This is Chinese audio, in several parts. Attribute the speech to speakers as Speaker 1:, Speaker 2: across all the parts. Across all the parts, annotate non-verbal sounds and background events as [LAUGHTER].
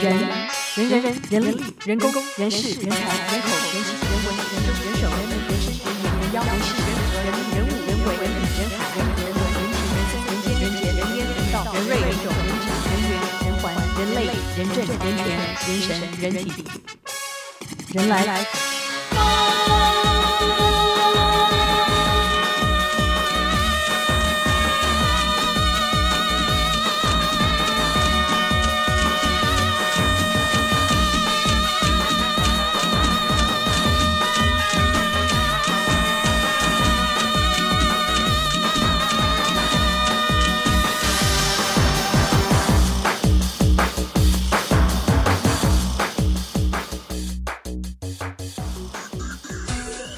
Speaker 1: 人人人人人力人工人事人才人口人情人文人人人手人民人事人民人妖人事人人人物人为人理人海人人文人情人情人杰人杰人烟人道人瑞人种人质人缘人环人类人政人权人神人体人来。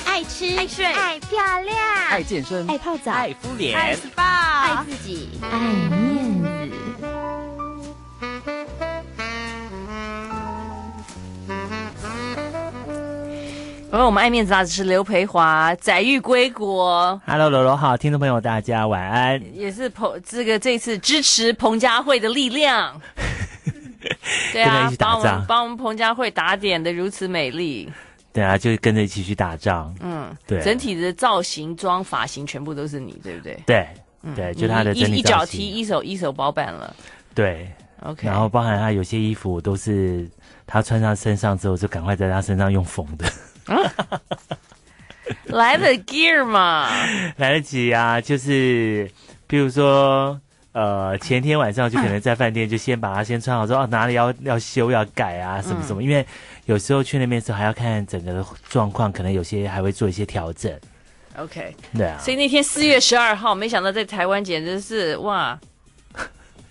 Speaker 2: 爱吃、爱睡、爱漂亮、
Speaker 3: 爱健身、
Speaker 2: 爱泡澡、
Speaker 3: 爱敷脸、
Speaker 2: SPA、爱自己、爱面子。
Speaker 4: 因为我们爱面子大使是刘培华载誉归国，
Speaker 3: Hello，柔柔好，听众朋友大家晚安。
Speaker 4: 也是彭这个这次支持彭佳慧的力
Speaker 3: [LAUGHS]
Speaker 4: 量。对
Speaker 3: 跟他
Speaker 4: 啊
Speaker 3: 一起，打
Speaker 4: 帮
Speaker 3: 仗
Speaker 4: 我们帮我们彭佳慧打点的如此美丽，
Speaker 3: 对啊，就跟着一起去打仗。嗯，对，
Speaker 4: 整体的造型、妆、发型全部都是你，对不对？
Speaker 3: 对对，就他的
Speaker 4: 你
Speaker 3: 整
Speaker 4: 嗯一
Speaker 3: 体
Speaker 4: 一脚
Speaker 3: 造
Speaker 4: 踢
Speaker 3: 型。
Speaker 4: 一手一手包办了。
Speaker 3: 对，
Speaker 4: OK，
Speaker 3: 然后包含他有些衣服都是他穿上身上之后，就赶快在他身上用缝的， [LAUGHS]
Speaker 4: 来的 gear 嘛，
Speaker 3: 来得及啊。就是比如说。呃，前天晚上就可能在饭店就先把它先穿好，说哦哪里要要修要改啊，什么什
Speaker 4: 嗯
Speaker 3: 么，因为有时候去那边的时候还要看整个的状况，可能有些还会做一些调整，
Speaker 4: OK，
Speaker 3: 对啊。
Speaker 4: 所以那天四月十二号，没想到在台湾简直是
Speaker 3: [LAUGHS]
Speaker 4: 哇，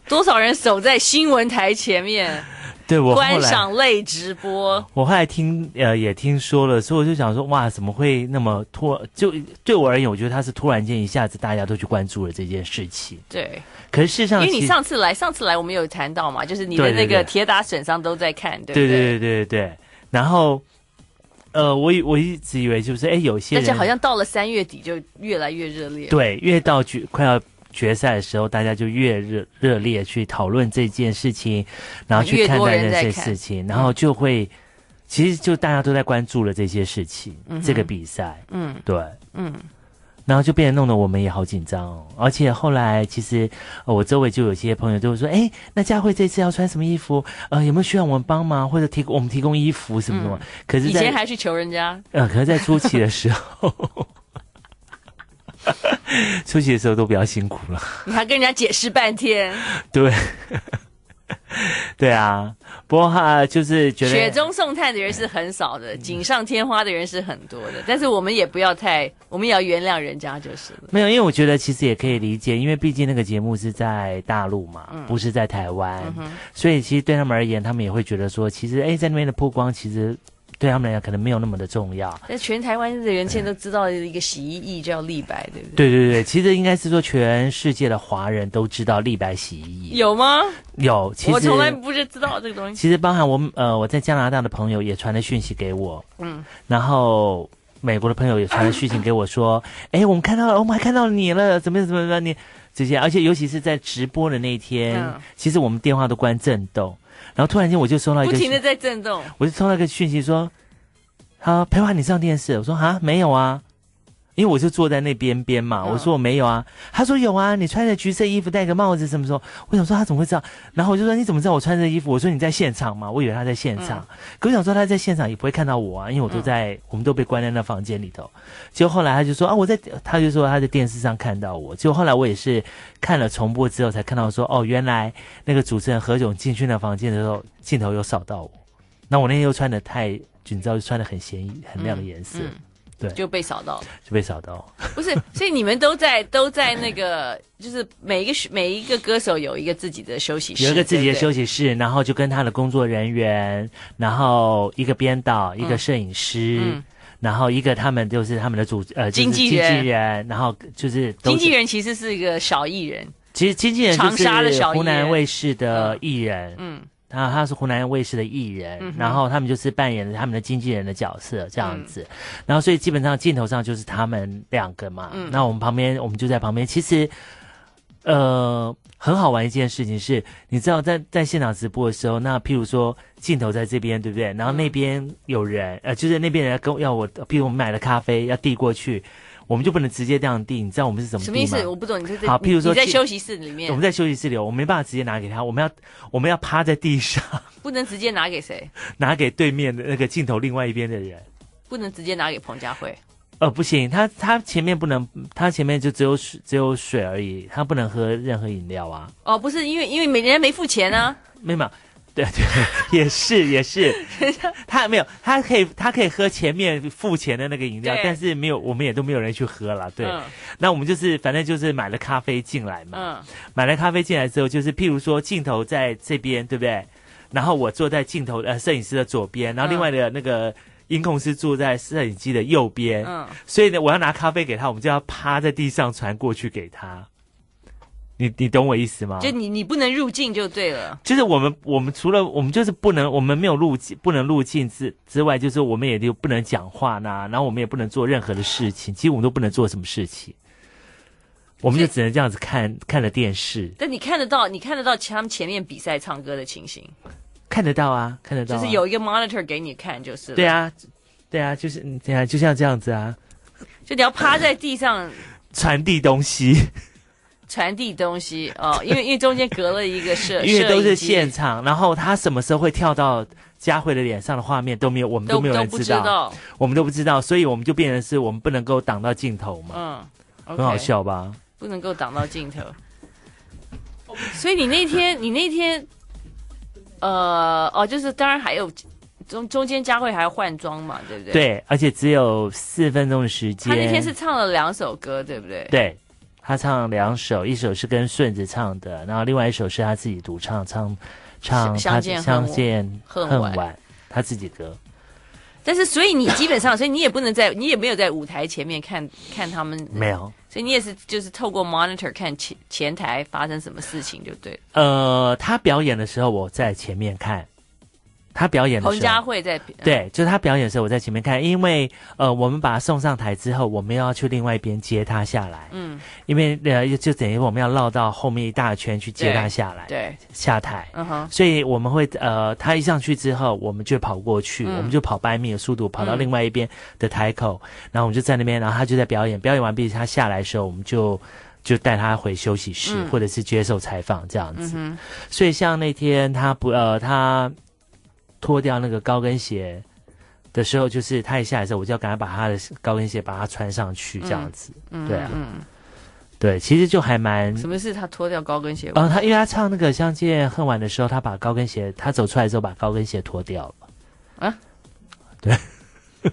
Speaker 4: 多少人守在新闻台前面
Speaker 3: 对我后
Speaker 4: 观
Speaker 3: 来
Speaker 4: 赏类直播，
Speaker 3: 我后来听呃也听说了，所以我就想说，哇，怎么会那么突？就对我而言，我觉得他是突然间一下子大家都去关注了这件事情。
Speaker 4: 对，
Speaker 3: 可是事实
Speaker 4: 因
Speaker 3: 上其
Speaker 4: 为
Speaker 3: 实，
Speaker 4: 你上次来，上次来我们有谈到嘛，就是你的
Speaker 3: 对对
Speaker 4: 那
Speaker 3: 对
Speaker 4: 个铁打损伤都在看，对不对？
Speaker 3: 对对对对对，然后呃，我以我一直以为就是哎、有些
Speaker 4: 但
Speaker 3: 人
Speaker 4: 是好像到了三月底就越来越热烈，
Speaker 3: 对越到决快要决赛的时候，大家就越热热烈去讨论这件事情，然后去
Speaker 4: 越
Speaker 3: 看
Speaker 4: 多
Speaker 3: 待
Speaker 4: 人
Speaker 3: 这
Speaker 4: 在
Speaker 3: 些
Speaker 4: 看
Speaker 3: 事情，然后就会、其实就大家都在关注了这些事情，这个比赛。
Speaker 4: 嗯
Speaker 3: 对，
Speaker 4: 嗯，
Speaker 3: 然后就变得弄得我们也好紧张哦。而且后来其实、呃我周围就有些朋友就会说，哎，那佳慧这次要穿什么衣服？呃，有没有需要我们帮忙或者提我们提供衣服什么什么？可是
Speaker 4: 以
Speaker 3: 在，
Speaker 4: 前还去求人家，
Speaker 3: 呃，可能在初期的时候。初期的时候都比较辛苦了， [LAUGHS]
Speaker 4: 你还跟人家解释半天，
Speaker 3: 对， [LAUGHS] 对啊。不过哈，就是觉得
Speaker 4: 雪中送炭的人是很少的，锦上添花的人是很多的，但是我们也不要太，我们也要原谅人家就是了。
Speaker 3: 没有，因为我觉得其实也可以理解，因为毕竟那个节目是在大陆嘛，
Speaker 4: 嗯
Speaker 3: 不是在台湾，所以其实对他们而言，他们也会觉得说，其实哎，在那边的曝光其实对他们来讲可能没有那么的重要。
Speaker 4: 但全台湾的人
Speaker 3: 哎
Speaker 4: 现在都知道一个洗衣液叫立白，对不对？
Speaker 3: 对对对，其实应该是说全世界的华人都知道立白洗衣液
Speaker 4: 有吗？
Speaker 3: 有，其实
Speaker 4: 我从来不是知道这个东西。
Speaker 3: 其实包含我们呃我在加拿大的朋友也传了讯息给我，嗯
Speaker 4: 嗯，
Speaker 3: 然后美国的朋友也传了讯息给我说，哎，我们看到了，我 [COUGHS] 们还看到你了，怎么怎么怎么你这些，而且尤其是在直播的那一天，
Speaker 4: 嗯
Speaker 3: 其实我们电话都关震动，然后突然间我就收到一
Speaker 4: 不
Speaker 3: 个
Speaker 4: 停
Speaker 3: 讯，
Speaker 4: 的在震动，
Speaker 3: 我就收到一个讯息说，啊，陪华你上电视，我说啊没有啊。因为我就坐在那边边嘛，
Speaker 4: 嗯
Speaker 3: 我说我没有啊，他说有啊，你穿着橘色衣服，戴个帽子，什么时候？我想说他怎么会知道？然后我就说你怎么知道我穿这衣服？我说你在现场嘛，我以为他在现场，可我想说他在现场也不会看到我啊，因为我都在，我们都被关在那房间里头。结果后来他就说啊，我在，他就说他在电视上看到我。结果后来我也是看了重播之后才看到说，哦，原来那个主持人何炅进去那房间的时候，镜头有扫到我。那我那天又穿的太，你知道，穿的很鲜艳、很亮的颜色，
Speaker 4: 嗯
Speaker 3: 对，就
Speaker 4: 就被扫到了。
Speaker 3: 被扫到。
Speaker 4: 不是，所以你们都在都在那个，就是每一个每一个歌手有一个自己的休息室，
Speaker 3: 有一个自己的休
Speaker 4: 息。
Speaker 3: 息室，然后就跟他的工作人员，然后一个编导，一个摄影师，
Speaker 4: 嗯
Speaker 3: 然后一个他们就是他们的主呃就是
Speaker 4: 经纪人
Speaker 3: 经纪人，然后就是都
Speaker 4: 经
Speaker 3: 是
Speaker 4: 纪人其实是一个小艺人，
Speaker 3: 其实经纪人就
Speaker 4: 长沙的
Speaker 3: 是
Speaker 4: 小艺
Speaker 3: 湖南
Speaker 4: 人
Speaker 3: 卫视的艺人，
Speaker 4: 嗯，
Speaker 3: 他他是湖南卫视的艺人，
Speaker 4: 嗯哼
Speaker 3: 然后他们就是扮演了他们的经纪人的角色这样子，然后所以基本上镜头上就是他们两个嘛，
Speaker 4: 嗯
Speaker 3: 那我们旁边我们就在旁边，其实，呃，很好玩一件事情是，你知道在在现场直播的时候，那譬如说镜头在这边对
Speaker 4: 嗯
Speaker 3: 不对？然后那边有人，呃，就是那边人跟我要我，譬如我们买了咖啡要递过去，我们就不能直接这样递，你知道我们是怎么
Speaker 4: 什
Speaker 3: 递
Speaker 4: 么
Speaker 3: 吗？
Speaker 4: 意思？我不懂，你是在
Speaker 3: 好嗯譬如说
Speaker 4: 你在
Speaker 3: 去
Speaker 4: 休息室里面
Speaker 3: 我们，在休息室里，我没办法直接拿给他，我们要我们要趴在地上
Speaker 4: 不能直接拿给谁？
Speaker 3: 拿给对面的那个镜头另外一边的人。
Speaker 4: 不能直接拿给彭佳慧。
Speaker 3: 呃，不行，他他前面不能，他前面就只有水只有水而已，他不能喝任何饮料啊，
Speaker 4: 哦，不是，因为因为每人家没付钱啊，
Speaker 3: 没有没有，对对， [LAUGHS] 也是
Speaker 4: [LAUGHS]
Speaker 3: 也是，他没有，他可以他可以喝前面付钱的那个饮料，
Speaker 4: 对
Speaker 3: 但是没有，我们也都没有人去喝啦。对，
Speaker 4: 嗯
Speaker 3: 那我们就是反正就是买了咖啡进来嘛，
Speaker 4: 嗯
Speaker 3: 买了咖啡进来之后，就是譬如说镜头在这边，对不对？然后我坐在镜头呃摄影师的左边，然后另外的那个音控师坐在摄影机的右边。
Speaker 4: 嗯，
Speaker 3: 所以呢，我要拿咖啡给他，我们就要趴在地上传过去给他。你你懂我意思吗？
Speaker 4: 就你你不能入境就对了。
Speaker 3: 就是我们我们除了我们就是不能我们没有入境不能入境之之外，就是我们也就不能讲话呐，然后我们也不能做任何的事情，其实我们都不能做什么事情，我们就只能这样子看看着电视。
Speaker 4: 但你看得到，你看得到他们前面比赛唱歌的情形，
Speaker 3: 看得到啊，看得到、
Speaker 4: 就是。有一个 monitor 给你看，就是了
Speaker 3: 对，啊，对啊，就是嗯对啊，就像这样子啊，
Speaker 4: 就你要趴在地上
Speaker 3: 传递东西，
Speaker 4: 传递东西
Speaker 3: [LAUGHS]
Speaker 4: 哦，因为因为中间隔了一个摄，
Speaker 3: 因为都是现
Speaker 4: 现
Speaker 3: 场，然后他什么时候会跳到佳慧的脸上的画面都没有，我们
Speaker 4: 都
Speaker 3: 没有人
Speaker 4: 不
Speaker 3: 知
Speaker 4: 知
Speaker 3: 道，
Speaker 4: 道，
Speaker 3: 我们都不知道，所以我们就变成是我们不能够挡到镜头嘛，
Speaker 4: 嗯，很
Speaker 3: 很好，笑吧？
Speaker 4: 不能够挡到镜头。所以你那天，你那天，呃，哦，就是当然还有中中间佳慧还要换装嘛，对不对？。
Speaker 3: 对，而且只有四分钟的时间。
Speaker 4: 他那天是唱了两首歌，对不对？
Speaker 3: 对。他唱两首，一首是跟顺子唱的，然后另外一首是他自己独唱，唱唱
Speaker 4: 相
Speaker 3: 他
Speaker 4: 见恨
Speaker 3: 相
Speaker 4: 晚
Speaker 3: 见
Speaker 4: 恨晚
Speaker 3: 晚，他自己歌。
Speaker 4: 但是，所以你基本上， [LAUGHS] 所以你也不能在，你也没有在舞台前面看看他们，
Speaker 3: 没有，
Speaker 4: 所以你也是就是透过 monitor 看前前台发生什么事情就对了。
Speaker 3: 呃，他表演的时候我在前面看，他表演的
Speaker 4: 彭
Speaker 3: 时
Speaker 4: 佳
Speaker 3: 候，
Speaker 4: 慧在，
Speaker 3: 对，就是他表演的时候我在前面看，因为呃，我们把他送上台之后，我们又要去另外一边接他下来，
Speaker 4: 嗯，
Speaker 3: 因为呃，就等于我们要绕到后面一大圈去接
Speaker 4: 对
Speaker 3: 他下来，，
Speaker 4: 对，
Speaker 3: 下台。
Speaker 4: 嗯哼，
Speaker 3: 所以我们会呃，他一上去之后，我们就跑过去，
Speaker 4: 嗯
Speaker 3: 我们就跑百米的速度跑到
Speaker 4: 嗯
Speaker 3: 另外一边的台口，然后我们就在那边，然后他就在表演，表演完毕他下来的时候，我们就就带他回休息室、
Speaker 4: 嗯
Speaker 3: 或者是接受采访这样
Speaker 4: 嗯
Speaker 3: 子。
Speaker 4: 哼，
Speaker 3: 所以像那天他不呃，他脱掉那个高跟鞋的时候，就是他一下来的时候，我就要赶快把他的高跟鞋把它穿上去这样子。
Speaker 4: 嗯，
Speaker 3: 对啊
Speaker 4: 嗯，
Speaker 3: 对，其实就还蛮
Speaker 4: 什么是他脱掉高跟鞋？
Speaker 3: 呃，他因为他唱那个《相见恨晚》的时候，他把高跟鞋，他走出来之后把高跟鞋脱掉了。
Speaker 4: 啊？
Speaker 3: 对， [LAUGHS]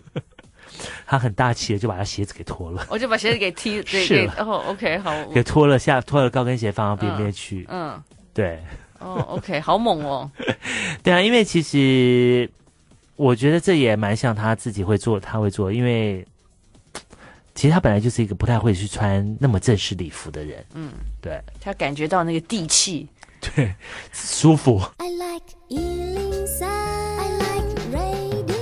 Speaker 3: 他很大气的就把他鞋子给脱了，
Speaker 4: 我就把鞋子给踢，对，
Speaker 3: 是
Speaker 4: 给
Speaker 3: 了
Speaker 4: 哦，OK，好，我
Speaker 3: 给脱了下，脱了高跟鞋放到边边去。
Speaker 4: 嗯，
Speaker 3: 对，
Speaker 4: 哦，OK，好猛哦，
Speaker 3: 对啊，因为其实我觉得这也蛮像他自己会做，他会做，因为其实他本来就是一个不太会去穿那么正式礼服的人。嗯，对，
Speaker 4: 他感觉到那个地气，
Speaker 3: 舒服。
Speaker 2: I like Ealing Sound. I like radio.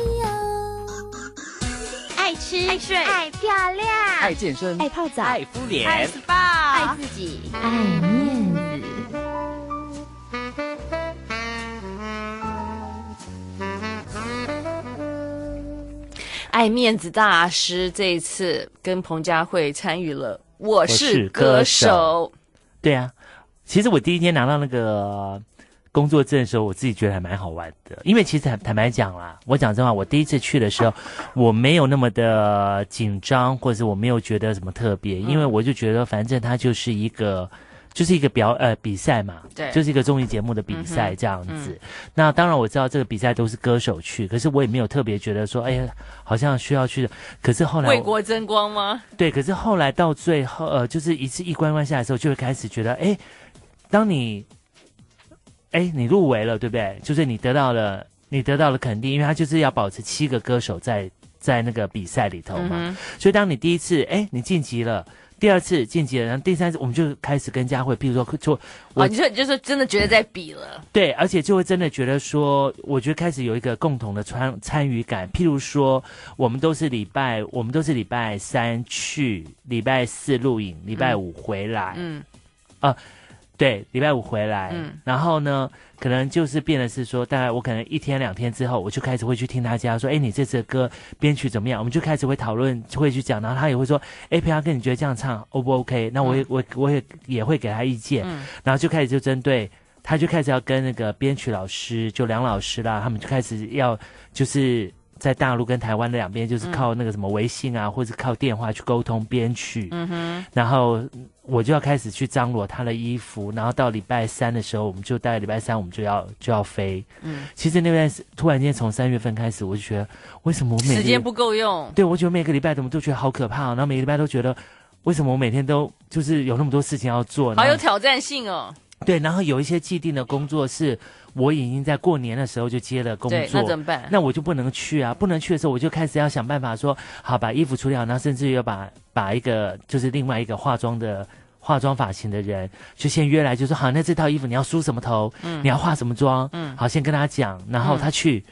Speaker 2: 爱吃爱睡爱漂亮爱
Speaker 5: 健身
Speaker 1: 爱泡澡，
Speaker 5: 敷脸
Speaker 2: SPA 爱自己。
Speaker 1: 爱面子。
Speaker 4: 爱面子大师这一次跟彭佳慧参与了《我是
Speaker 3: 是
Speaker 4: 歌
Speaker 3: 歌
Speaker 4: 手
Speaker 3: 手》，对啊，其实我第一天拿到那个工作证的时候，我自己觉得还蛮好玩的，因为其实坦坦白讲啦，我讲真话，我第一次去的时候，我没有那么的紧张，或者是我没有觉得什么特别，因为我就觉得反正它就是一个。就是一个表呃比赛嘛，
Speaker 4: 对嗯
Speaker 3: 就是一个综艺节目的比赛这样子。那当然我知道这个比赛都是歌手去，可是我也没有特别觉得说，哎呀，好像需要去的。可是后来
Speaker 4: 为
Speaker 3: 我
Speaker 4: 国争光吗？
Speaker 3: 对，可是后来到最后，呃，就是一次一关关下来的时候，就会开始觉得，哎，当你，哎，你入围了，对不对？就是你得到了，你得到了肯定，因为他就是要保持七个歌手在在那个比赛里头嘛。
Speaker 4: 嗯哼
Speaker 3: 所以当你第一次，哎，你晋级了。第二次晋级了，然后第三次我们就开始跟佳慧，譬如说做我
Speaker 4: 哦，你说你就是真的觉得在比了，
Speaker 3: 对，而且就会真的觉得说，我觉得开始有一个共同的参参与感。譬如说，我们都是礼拜，我们都是礼拜三去，礼拜四录影，礼拜五回来，
Speaker 4: 嗯
Speaker 3: 对，礼拜五回来。
Speaker 4: 嗯
Speaker 3: 然后呢，可能就是变的是说，大概我可能一天两天之后，我就开始会去听他家说，哎，你这次的歌编曲怎么样？我们就开始会讨论，就会去讲，然后他也会说，哎，平常跟你觉得这样唱 O 不 OK？那我也、我我也也会给他意见。
Speaker 4: 嗯
Speaker 3: 然后就开始就针对，他就开始要跟那个编曲老师，就梁老师啦，他们就开始要就是在大陆跟台湾的两边，
Speaker 4: 嗯
Speaker 3: 就是靠那个什么微信啊，或者靠电话去沟通编曲。
Speaker 4: 嗯哼，
Speaker 3: 然后我就要开始去张罗他的衣服，然后到礼拜三的时候，我们就大概礼拜三我们就要就要飞。
Speaker 4: 嗯，
Speaker 3: 其实那边是突然间从三月份开始，我就觉得为什么我
Speaker 4: 时
Speaker 3: 每个
Speaker 4: 间不够用，
Speaker 3: 对，我啊觉得每个礼拜怎么都觉得好可怕、哦，然后每个礼拜都觉得为什么我每天都就是有那么多事情要做，
Speaker 4: 好
Speaker 3: 然后
Speaker 4: 有挑战性哦。
Speaker 3: 对，然后有一些既定的工作是我已经在过年的时候就接了工
Speaker 4: 对，那怎
Speaker 3: 作，
Speaker 4: 么办？
Speaker 3: 那我就不能去啊，不能去的时候我就开始要想办法说，好把衣服处理好，然后甚至于要把把一个就是另外一个化妆的。化妆发型的人就先约来，就说好，那这套衣服你要梳什么头，你要化什么妆，
Speaker 4: 嗯
Speaker 3: 好，先跟他讲，然后他去，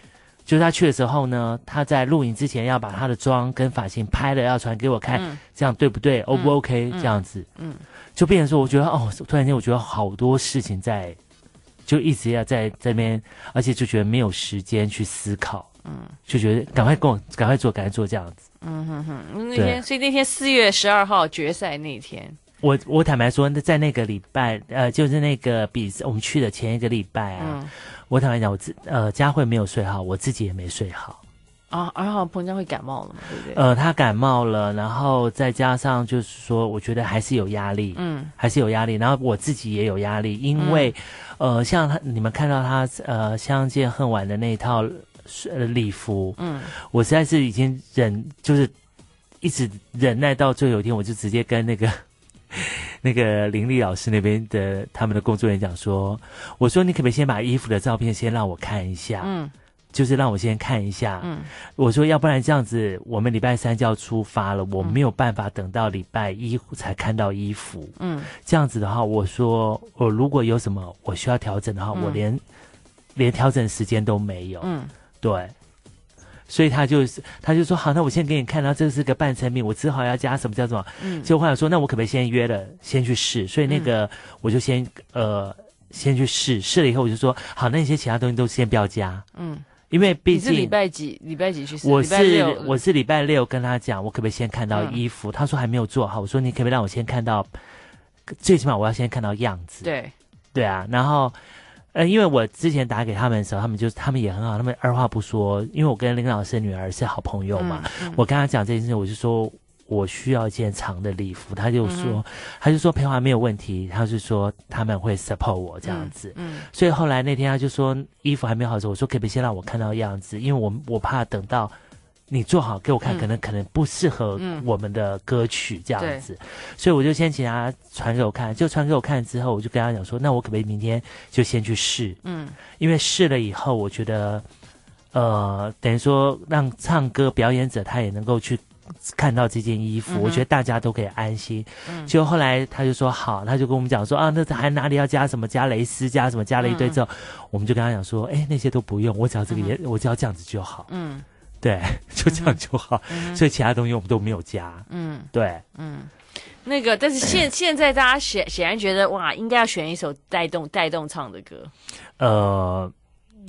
Speaker 3: 就是他去的时候呢，他在录影之前要把他的妆跟发型拍了，要传给我看，
Speaker 4: 嗯
Speaker 3: 这样对不对？O
Speaker 4: 嗯
Speaker 3: 不 OK？、
Speaker 4: 嗯
Speaker 3: 这样子，
Speaker 4: 嗯
Speaker 3: 就变成说，我觉得哦，突然间我觉得好多事情在，就一直要在这边，而且就觉得没有时间去思考，
Speaker 4: 嗯
Speaker 3: 就觉得赶快跟我赶快做，赶快做这样子。
Speaker 4: 嗯哼哼，那
Speaker 3: 对
Speaker 4: 天所以那天四月十二号决赛那天，
Speaker 3: 我我坦白说，那在那个礼拜，呃，就是那个比我们去的前一个礼拜啊，
Speaker 4: 嗯
Speaker 3: 我坦白讲，我自呃佳慧没有睡好，我自己也没睡好。
Speaker 4: 啊，然后彭佳慧感冒了嘛，对不对？
Speaker 3: 呃，她感冒了，然后再加上就是说，我觉得还是有压力，
Speaker 4: 嗯
Speaker 3: 还是有压力。然后我自己也有压力，因为，
Speaker 4: 嗯
Speaker 3: 呃，像他你们看到他呃相见恨晚的那一套呃礼服，
Speaker 4: 嗯
Speaker 3: 我实在是已经忍，就是一直忍耐到最后一天，我就直接跟那个 [LAUGHS] 那个林丽老师那边的他们的工作人员讲说，我说你可不可以先把衣服的照片先让我看一下，
Speaker 4: 嗯
Speaker 3: 就是让我先看一下，
Speaker 4: 嗯
Speaker 3: 我说要不然这样子，我们礼拜三就要出发了，我没有办法等到礼拜一才看到衣服。
Speaker 4: 嗯
Speaker 3: 这样子的话，我说我如果有什么我需要调整的话，
Speaker 4: 嗯
Speaker 3: 我连连调整时间都没有。
Speaker 4: 嗯，
Speaker 3: 对，所以他就是他就说好，那我先给你看，到这是个半成品，我只好要加什么叫什么。
Speaker 4: 嗯
Speaker 3: 就后来说，那我可不可以先约了，先去试？所以那个我就先呃先去试，试了以后我就说好，那些其他东西都先不要加，
Speaker 4: 嗯，
Speaker 3: 因为毕
Speaker 4: 你是
Speaker 3: 竟
Speaker 4: 礼拜几？礼拜几去试？
Speaker 3: 我
Speaker 4: 礼拜
Speaker 3: 是
Speaker 4: 六
Speaker 3: 我是礼拜六跟他讲，我可不可以先看到
Speaker 4: 嗯
Speaker 3: 衣服？他说还没有做好。我说你可不可以让我先看到，最起码我要先看到样子。
Speaker 4: 对，
Speaker 3: 对啊，然后呃，因为我之前打给他们的时候，他们就他们也很好，他们二话不说，因为我跟林老师的女儿是好朋友嘛，
Speaker 4: 嗯
Speaker 3: 我跟他讲这件事，我就说。我需要一件长的礼服，他就
Speaker 4: 嗯
Speaker 3: 说，他就说培华没有问题，他就说他们会 support 我这样子，
Speaker 4: 嗯
Speaker 3: 所以后来那天他就说衣服还没有好的时候，我说可不可以先让我看到样子，因为我我怕等到你做好给我看，
Speaker 4: 嗯
Speaker 3: 可能可能不适合
Speaker 4: 嗯
Speaker 3: 我们的歌曲这样子，所以我就先请他传给我看，就传给我看之后，我就跟他讲说，那我可不可以明天就先去试？
Speaker 4: 嗯
Speaker 3: 因为试了以后，我觉得呃，等于说让唱歌表演者他也能够去。看到这件衣服，
Speaker 4: 嗯哼
Speaker 3: 我觉得大家都可以安心。
Speaker 4: 嗯
Speaker 3: 就后来他就说好，他就跟我们讲说啊，那还哪里要加什么加蕾丝加什么加了一堆之后，
Speaker 4: 嗯
Speaker 3: 我们就跟他讲说，哎，那些都不用，我只要这个也、我只要这样子就好，
Speaker 4: 嗯
Speaker 3: 对， [LAUGHS] 就这样就好，所以其他东西我们都没有加，
Speaker 4: 嗯。
Speaker 3: 对，
Speaker 4: 嗯，那个，但是现现在大家显显然觉得哇，应该要选一首带动带动唱的歌。
Speaker 3: 呃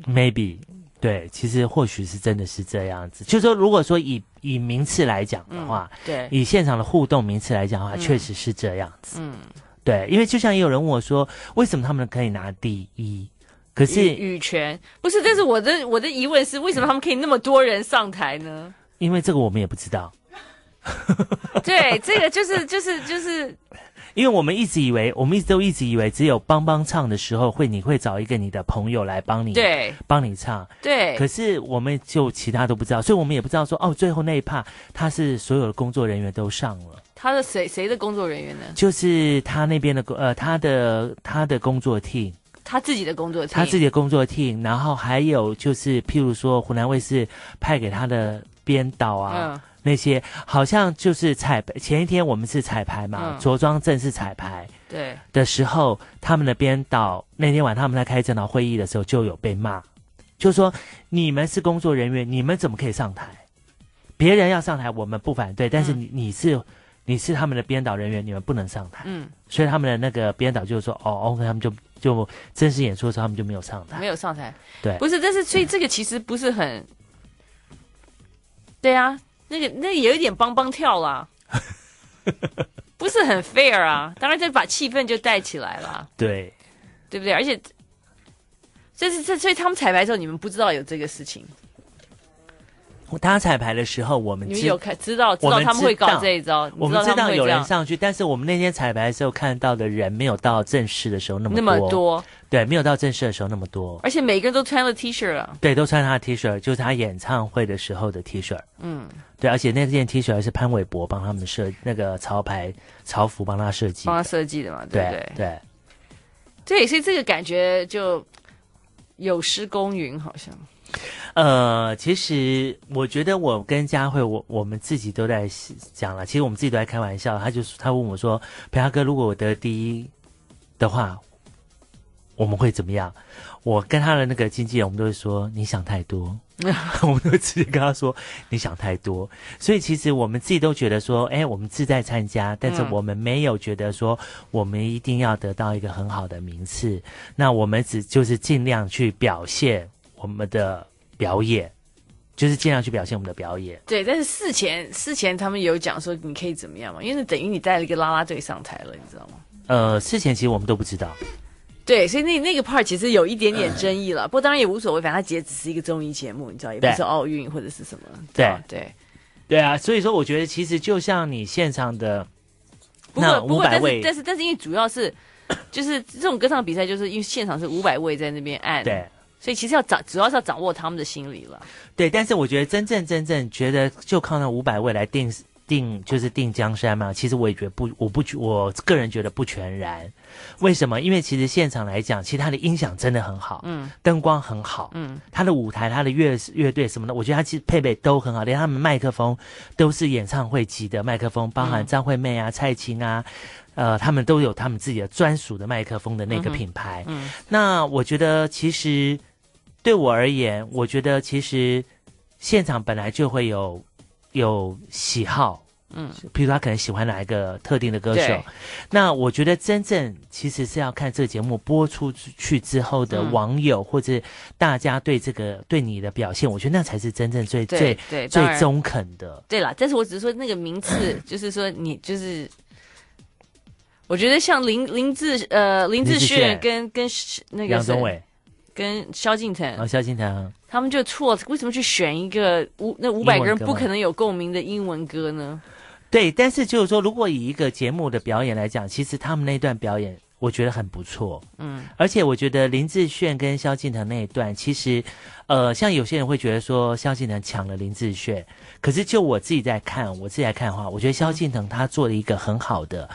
Speaker 3: ，maybe。对，其实或许是真的是这样子，就是说，如果说以以名次来讲的话，
Speaker 4: 嗯对，
Speaker 3: 以现场的互动名次来讲的话，确实是这样子。
Speaker 4: 嗯，
Speaker 3: 对，因为就像也有人问我说，为什么他们可以拿第一，可是
Speaker 4: 羽羽泉不是，但是我的我的疑问是，为什么他们可以那么多人上台呢？ [LAUGHS]
Speaker 3: 因为这个我们也不知道，
Speaker 4: 对，这个就是就是就是
Speaker 3: 因为我们一直以为，我们一直都一直以为，只有帮帮唱的时候会，你会找一个你的朋友来帮你，，
Speaker 4: 对
Speaker 3: 帮你唱。
Speaker 4: 对
Speaker 3: 可是我们就其他都不知道，所以我们也不知道说哦，最后那一趴他是所有的工作人员都上了，
Speaker 4: 他的谁谁的工作人员呢？
Speaker 3: 就是他那边的工呃他的他的工作 team，
Speaker 4: 他自己的工作
Speaker 3: 他自
Speaker 4: 己
Speaker 3: 己的工作 team，然后还有就是譬如说湖南卫视派给他的编导啊，
Speaker 4: 嗯
Speaker 3: 那些好像就是彩排前一天我们是彩排嘛，
Speaker 4: 嗯
Speaker 3: 着装正式彩排。
Speaker 4: 对
Speaker 3: 的时候，他们的编导那天晚上他们在开政导会议的时候就有被骂，就说你们是工作人员，你们怎么可以上台？别人要上台，我们不反对，但是
Speaker 4: 嗯
Speaker 3: 你、你是你是他们的编导人员，你们不能上台。
Speaker 4: 嗯
Speaker 3: 所以他们的那个编导就说，哦，OK，他们就就正式演出的时候他们就没有上台
Speaker 4: 没。有上台
Speaker 3: 哎对
Speaker 4: 不是，但是所以这个其实不是很对啊，那个那有一点帮帮跳
Speaker 3: [LAUGHS]
Speaker 4: 啦。不是很 fair 啊，当然再把气氛就带起来了。
Speaker 3: 对，
Speaker 4: 对不对？而且，这是这所以他们彩排的时候，你们不知道有这个事情，
Speaker 3: 他彩排的时候我们
Speaker 4: 你们
Speaker 3: 知
Speaker 4: 有看知道知
Speaker 3: 我
Speaker 4: 道
Speaker 3: 们
Speaker 4: 他们会
Speaker 3: 知
Speaker 4: 搞
Speaker 3: 道
Speaker 4: 这一招，你
Speaker 3: 我们知
Speaker 4: 他
Speaker 3: 道
Speaker 4: 们会
Speaker 3: 有
Speaker 4: 这
Speaker 3: 人
Speaker 4: 样
Speaker 3: 上去，但是我们那天彩排的时候看到的人没有到正式的时候那么
Speaker 4: 那么多，
Speaker 3: 对，没有到正式的时候那么多。
Speaker 4: 而且每个人都穿了 T 恤了，
Speaker 3: 对，都穿他的 T 恤，就是他演唱会的时候的 T 恤。
Speaker 4: 嗯，
Speaker 3: 对，而且那件 T 恤还是潘玮柏帮他们设那个潮牌潮服帮他设计
Speaker 4: 帮他
Speaker 3: 的。
Speaker 4: 设计的嘛，对
Speaker 3: 对
Speaker 4: 不对？
Speaker 3: 对
Speaker 4: 对，所以这个感觉就有失公允，好像
Speaker 3: 呃，其实我觉得我跟佳慧，我我们自己都在讲了，其实我们自己都在开玩笑。他就他问我说：“裴大哥，如果我得第一的话，我们会怎么样？”我跟他的那个经纪人，我们都会说：“你想太多。” [LAUGHS] 我们都直接跟他说：“你想太多。”所以其实我们自己都觉得说：“哎，我们自在参加，但是
Speaker 4: 嗯
Speaker 3: 我们没有觉得说我们一定要得到一个很好的名次。那我们只就是尽量去表现我们的表演，就是尽量去表现我们的表演。
Speaker 4: 对。但是事前事前他们有讲说你可以怎么样嘛，因为那等于你带了一个啦啦队上台了，你知道吗？
Speaker 3: 呃，事前其实我们都不知道，
Speaker 4: 对，所以那那个 part 其实有一点点争议了，不过当然也无所谓，反正它其实只是一个综艺节目，你知道，也不
Speaker 3: 嗯对
Speaker 4: 是奥运或者是什么，
Speaker 3: 对
Speaker 4: 吧对。
Speaker 3: 对啊，所以说我觉得其实就像你现场的
Speaker 4: 不
Speaker 3: 那
Speaker 4: 过不
Speaker 3: 五
Speaker 4: 过，
Speaker 3: 百
Speaker 4: 但
Speaker 3: 位
Speaker 4: 是，但是但是因为主要是就是这种歌唱比赛，就是因为现场是五百位在那边按，
Speaker 3: 对，
Speaker 4: 所以其实要掌主要是要掌握他们的心理了。
Speaker 3: 对，但是我觉得真正真正觉得就靠那五百位来定定就是定江山嘛，其实我也觉得不，我不觉我个人觉得不全然。为什么？因为其实现场来讲，其实它的音响真的很好，嗯，灯光很好，嗯，它的舞台、它的乐乐队什么的，我觉得它其实配备都很好，连他们麦克风都是演唱会级的麦克风，包含张惠妹啊、蔡琴啊。呃，他们都有他们自己的专属的麦克风的那个品牌。
Speaker 4: 嗯
Speaker 3: 那我觉得其实对我而言，我觉得其实现场本来就会有有喜好，
Speaker 4: 嗯，
Speaker 3: 比如他可能喜欢哪一个特定的歌手
Speaker 4: 对，
Speaker 3: 那我觉得真正其实是要看这个节目播出去之后的
Speaker 4: 嗯
Speaker 3: 网友、或者大家对这个对你的表现，我觉得那才是真正最
Speaker 4: 对
Speaker 3: 最
Speaker 4: 对，当
Speaker 3: 最
Speaker 4: 然
Speaker 3: 中肯的。
Speaker 4: 对啦。但是我只是说那个名
Speaker 3: [LAUGHS]
Speaker 4: 次，就是说你就是。我觉得像林林志呃林志
Speaker 3: 林志
Speaker 4: 炫
Speaker 3: 炫
Speaker 4: 跟跟是那个嗯
Speaker 3: 杨
Speaker 4: 谁
Speaker 3: 宗纬，啊
Speaker 4: 跟萧敬腾，
Speaker 3: 然后萧敬腾，
Speaker 4: 他们就错，为什么去选一个五那五百个人
Speaker 3: 英文歌
Speaker 4: 不
Speaker 3: 吗
Speaker 4: 可能有共鸣的英文歌呢？
Speaker 3: 对，但是就是说，如果以一个节目的表演来讲，其实他们那段表演我觉得很不错，嗯，而且我觉得林志炫跟萧敬腾那一段，其实，呃，像有些人会觉得说萧敬腾抢了林志炫，可是就我自己在看，我自己在看的话，我觉得萧敬腾他做了一个很好的。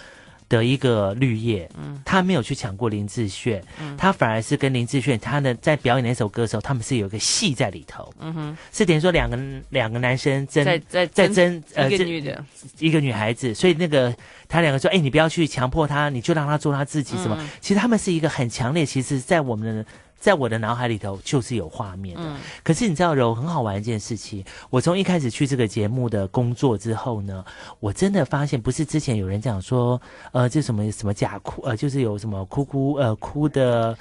Speaker 3: 的一个绿叶，嗯，他没有去抢过林志炫，
Speaker 4: 嗯
Speaker 3: 他反而是跟林志炫，他的在表演那首歌的时候，他们是有一个戏在里头，嗯哼，是等于说两个两个男生争
Speaker 4: 在在
Speaker 3: 在
Speaker 4: 争
Speaker 3: 争呃
Speaker 4: 一个
Speaker 3: 这
Speaker 4: 女的，
Speaker 3: 一个女孩子，所以那个他两个说：“哎、你不要去强迫她，你就让她做她自己。”什么？
Speaker 4: 嗯
Speaker 3: 其实他们是一个很强烈，其实，在我们的在我的脑海里头就是有画面
Speaker 4: 嗯
Speaker 3: 的。可是你知道，柔很好玩一件事情，我从一开始去这个节目的工作之后呢，我真的发现，不是之前有人讲说，呃，这什么什么假哭，呃，就是有什么哭哭呃哭的。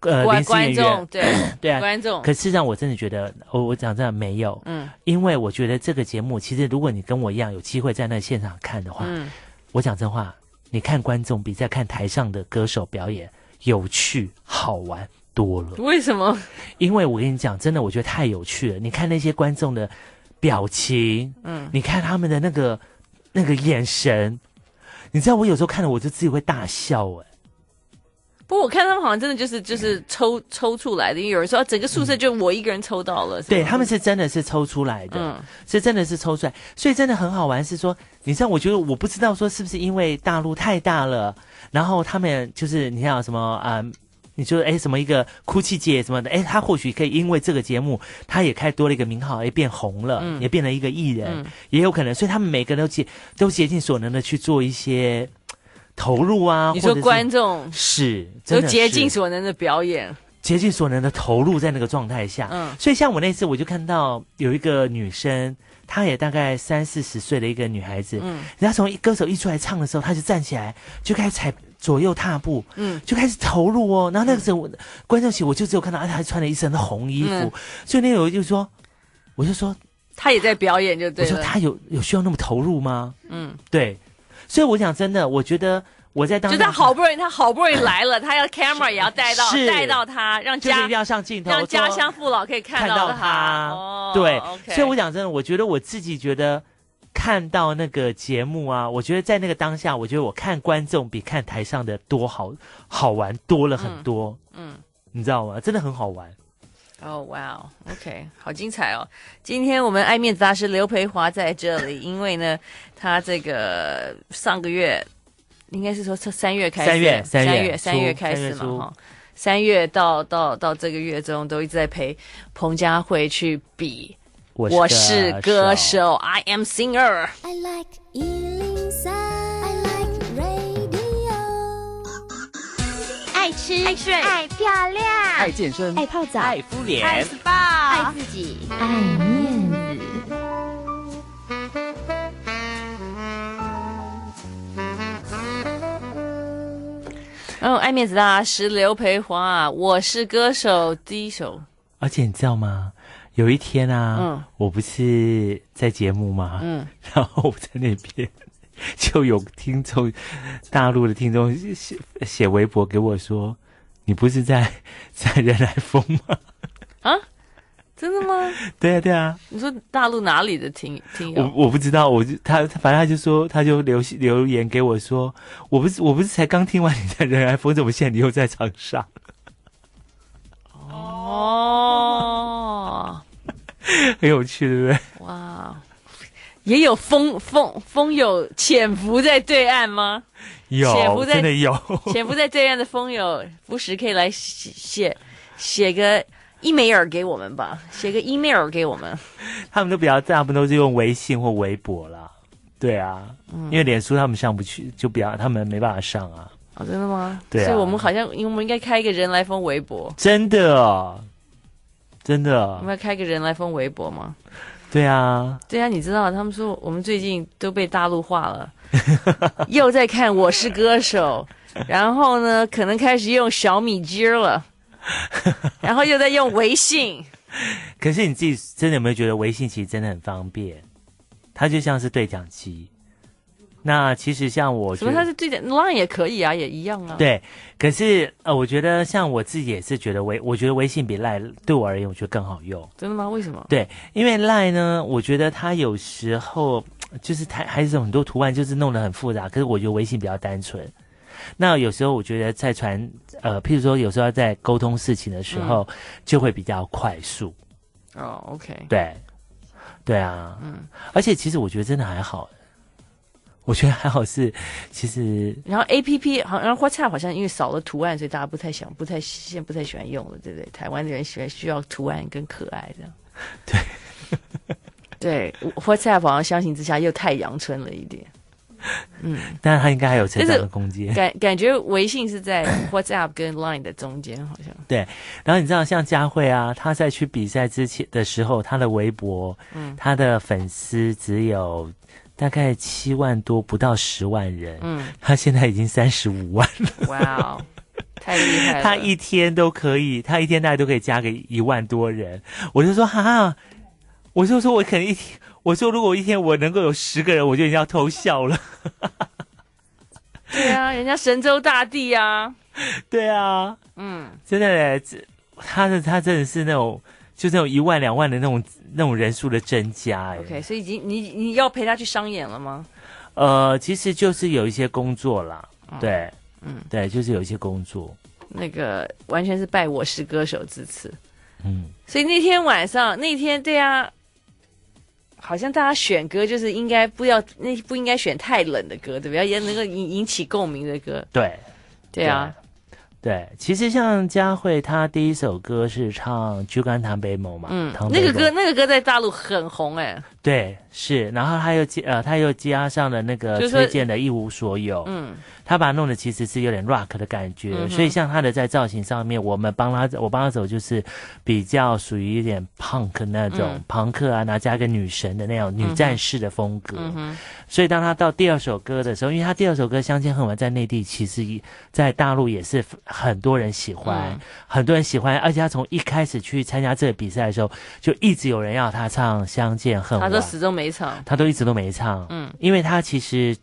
Speaker 3: 呃，
Speaker 4: 观
Speaker 3: 临时
Speaker 4: 观
Speaker 3: 演
Speaker 4: 众
Speaker 3: 员
Speaker 4: 对
Speaker 3: 对啊，
Speaker 4: 观众
Speaker 3: [LAUGHS] 可事实上，我真的觉得，哦我我讲真的没有，
Speaker 4: 嗯
Speaker 3: 因为我觉得这个节目，其实如果你跟我一样有机会在那现场看的话，
Speaker 4: 嗯
Speaker 3: 我讲真话，你看观众比在看台上的歌手表演有趣好玩多了。
Speaker 4: 为什么？
Speaker 3: 因为我跟你讲，真的，我觉得太有趣了。你看那些观众的表情，嗯，你看他们的那个那个眼神，你知道我有时候看了我就自己会大笑哎、
Speaker 4: 不过我看他们好像真的就是就是抽抽出来的，因为有人说、啊整个宿舍就我一个人抽到了，是吗
Speaker 3: 嗯对他们是真的是抽出来的，
Speaker 4: 嗯
Speaker 3: 是真的是抽出来，所以真的很好玩。是说，你像我觉得我不知道说是不是因为大陆太大了，然后他们就是你像什么啊、呃你就哎什么一个哭泣姐什么的，哎，他或许可以因为这个节目，他也开多了一个名号，哎，变红了，也变了一个艺人，
Speaker 4: 嗯
Speaker 3: 也有可能。所以他们每个人都竭都竭尽所能的去做一些投入啊，
Speaker 4: 你
Speaker 3: 或
Speaker 4: 说
Speaker 3: 者是
Speaker 4: 观众
Speaker 3: 是
Speaker 4: 都
Speaker 3: 真的
Speaker 4: 竭
Speaker 3: 是
Speaker 4: 尽所能的表演，
Speaker 3: 竭尽所能的投入在那个状态下。
Speaker 4: 嗯
Speaker 3: 所以像我那次，我就看到有一个女生，她也大概三四十岁的一个女孩子，
Speaker 4: 嗯
Speaker 3: 人家从一歌手一出来唱的时候，她就站起来，就开始踩左右踏步，
Speaker 4: 嗯
Speaker 3: 就开始投入哦。然后那个时候我，观众席我就只有看到，而且还穿了一身的红衣服，
Speaker 4: 嗯
Speaker 3: 所以那个我就说，我就说，
Speaker 4: 他也在表演就
Speaker 3: 我
Speaker 4: 对
Speaker 3: 说
Speaker 4: 了，
Speaker 3: 她有有需要那么投入吗？
Speaker 4: 嗯，
Speaker 3: 对，所以我讲真的，我觉得我在当
Speaker 4: 就
Speaker 3: 时
Speaker 4: 他好不容易他好不容易来了，他要 camera 也要带到
Speaker 3: 是
Speaker 4: 带到他，让
Speaker 3: 就是一
Speaker 4: 家
Speaker 3: 定要上镜头，
Speaker 4: 让家
Speaker 3: 说
Speaker 4: 乡父老可以看
Speaker 3: 看到
Speaker 4: 他
Speaker 3: 他，。
Speaker 4: 哦
Speaker 3: 对
Speaker 4: OK
Speaker 3: 所以我讲真的，我觉得我自己觉得看到那个节目啊，我觉得在那个当下，我觉得我看观众比看台上的多好好玩多了很多，
Speaker 4: 嗯
Speaker 3: 你知道吗？真的很好玩。
Speaker 4: 哦，哇哦，OK，好精彩哦！今天我们爱面子大师刘培华在这
Speaker 3: [LAUGHS]
Speaker 4: 里，因为呢，他这个上个月应该是说三月开始，
Speaker 3: 三月
Speaker 4: 三
Speaker 3: 三月
Speaker 4: 月三月
Speaker 3: 初
Speaker 4: 开
Speaker 3: 三
Speaker 4: 始
Speaker 3: 月
Speaker 4: 嘛，
Speaker 3: 初
Speaker 4: 哈，三月到到到这个月中都一直在陪彭佳慧去比
Speaker 3: 我
Speaker 4: 我是歌
Speaker 3: 歌，
Speaker 4: 手，I am singer。
Speaker 2: I like Ealing Sound. I like radio.
Speaker 5: 爱吃爱睡爱漂亮，
Speaker 6: 爱健身，
Speaker 1: 爱泡澡，
Speaker 6: 敷脸，
Speaker 5: SPA，
Speaker 1: 自己。
Speaker 5: 爱面子。
Speaker 4: 然哦后爱面子大师刘培华，我是歌手第一首，
Speaker 3: 而且你知道吗？有一天啊，
Speaker 4: 嗯
Speaker 3: 我不是在节目吗？
Speaker 4: 嗯，
Speaker 3: 然后我在那边 [LAUGHS] 就有听众，大陆的听众写写微博给我说：“你不是在 [LAUGHS] 在人来疯吗
Speaker 4: 真的吗？？”
Speaker 3: 对啊，对啊，
Speaker 4: 你说大陆哪里的听听友
Speaker 3: 我？我不知道，我就他他反正他就说，他就留留言给我说：“我不是我不是才刚听完你在人来哎疯，怎么现在你又在长沙
Speaker 4: 哦，？”
Speaker 3: [LAUGHS] 很有趣，对不对？
Speaker 4: 哇，也有风风风有潜伏在对岸吗？潜伏
Speaker 3: 有，
Speaker 4: 在
Speaker 3: 真的有， [LAUGHS]
Speaker 4: 潜伏在对岸的风友，不时可以来写写写个 email 给我们吧，写个 email 给我们。
Speaker 3: 他们都比较大部分都是用微信或微博啦。对啊，
Speaker 4: 嗯
Speaker 3: 因为脸书他们上不去，就比较他们没办法上啊。
Speaker 4: 哦，真的吗？
Speaker 3: 对啊
Speaker 4: 所以我们好像，因为我们应该开一个人来疯微博，
Speaker 3: 真的哦，真的
Speaker 4: 我
Speaker 3: 哦
Speaker 4: 们，要开一个人来疯微博吗？
Speaker 3: 对啊，
Speaker 4: 对啊，你知道他们说我们最近都被大陆化
Speaker 3: [LAUGHS]
Speaker 4: 了，又在看《我是歌手》，然后呢，可能开始用小米机
Speaker 3: [LAUGHS]
Speaker 4: 了，然后又在用微信。
Speaker 3: 可是你自己真的有没有觉得微信其实真的很方便？它就像是对讲机。那其实像我
Speaker 4: 什
Speaker 3: 觉
Speaker 4: 么？他
Speaker 3: 得
Speaker 4: 是对的，Line 也可以啊，也一样啊。，
Speaker 3: 对，可是呃，我觉得像我自己也是觉得微，我觉得微信比赖对我而言，我觉得更好用。
Speaker 4: 真的吗？为什么？
Speaker 3: 对，因为赖呢，我觉得它有时候就是它还是有很多图案，就是弄得很复杂。可是我觉得微信比较单纯。那有时候我觉得在传呃，譬如说有时候在沟通事情的时候，就会比较快速。
Speaker 4: 哦，OK，
Speaker 3: 对，对啊，嗯。而且其实我觉得真的还好，我觉得还好是其实
Speaker 4: 然后 A P P 好，然后 WhatsApp 好像因为少了图案，所以大家不太想、不太现在不太喜欢用了，对不对？台湾的人喜欢需要图案跟可爱这样。 [LAUGHS] 对，对，WhatsApp 好像相形之下又太阳春了一点。
Speaker 3: 但它应该还有成
Speaker 4: 但是
Speaker 3: 长的空间。
Speaker 4: 感感觉微信是在 WhatsApp 跟 Line 的中间，好像
Speaker 3: 对，然后你知道，像佳慧啊，她在去比赛之前的时候，她的微博，
Speaker 4: 嗯
Speaker 3: 她的粉丝只有大概七万多，不到十万人，
Speaker 4: 嗯
Speaker 3: 她现在已经三十五万了，
Speaker 4: 哇哦，太厉害了！
Speaker 3: 她一天都可以，她一天大概都可以加个一万多人，我就说哈，我就说我可能一天，我说如果我一天我能够有十个人，我就已经要偷笑了， [LAUGHS]
Speaker 4: 对啊，人家神州大地啊，
Speaker 3: 对啊，
Speaker 4: 嗯，
Speaker 3: 真的嘞，这她的她真的是那种。就那种一万两万的那种那种人数的增加、哎
Speaker 4: OK，所以已经你你要陪他去商演了吗？
Speaker 3: 呃，其实就是有一些工作啦，对，
Speaker 4: 嗯
Speaker 3: 对，就是有一些工作，
Speaker 4: 那个完全是拜我是歌手之赐。
Speaker 3: 嗯，
Speaker 4: 所以那天晚上，那天对啊，好像大家选歌就是应该不要那不应该选太冷的歌，对不对？要能够引引起共鸣的歌，
Speaker 3: 对，
Speaker 4: 对啊，
Speaker 3: 对，其实像佳慧，她第一首歌是唱《菊甘糖北某》嘛，
Speaker 4: 嗯
Speaker 3: 唐，北
Speaker 4: 那
Speaker 3: 某
Speaker 4: 个歌那个歌在大陆很红哎、
Speaker 3: 对是，然后她又加呃，她又加上了那个
Speaker 4: 就是说
Speaker 3: 崔健的《一无所有》，
Speaker 4: 嗯，
Speaker 3: 她把它弄得其实是有点 rock 的感觉，
Speaker 4: 嗯哼
Speaker 3: 所以像她的在造型上面，我们帮她我帮她走就是比较属于一点 punk 那种、
Speaker 4: 嗯
Speaker 3: 朋克啊，然后加个女神的那种女战士的风格，
Speaker 4: 嗯哼，
Speaker 3: 所以当他到第二首歌的时候，因为他第二首歌《相见恨晚》在内地其实一在大陆也是很多人喜欢，
Speaker 4: 嗯
Speaker 3: 很多人喜欢，而且他从一开始去参加这个比赛的时候，就一直有人要他唱《相见恨
Speaker 4: 他
Speaker 3: 晚
Speaker 4: 都》，始终没唱，
Speaker 3: 他都一直都没唱，
Speaker 4: 嗯
Speaker 3: 因为他其实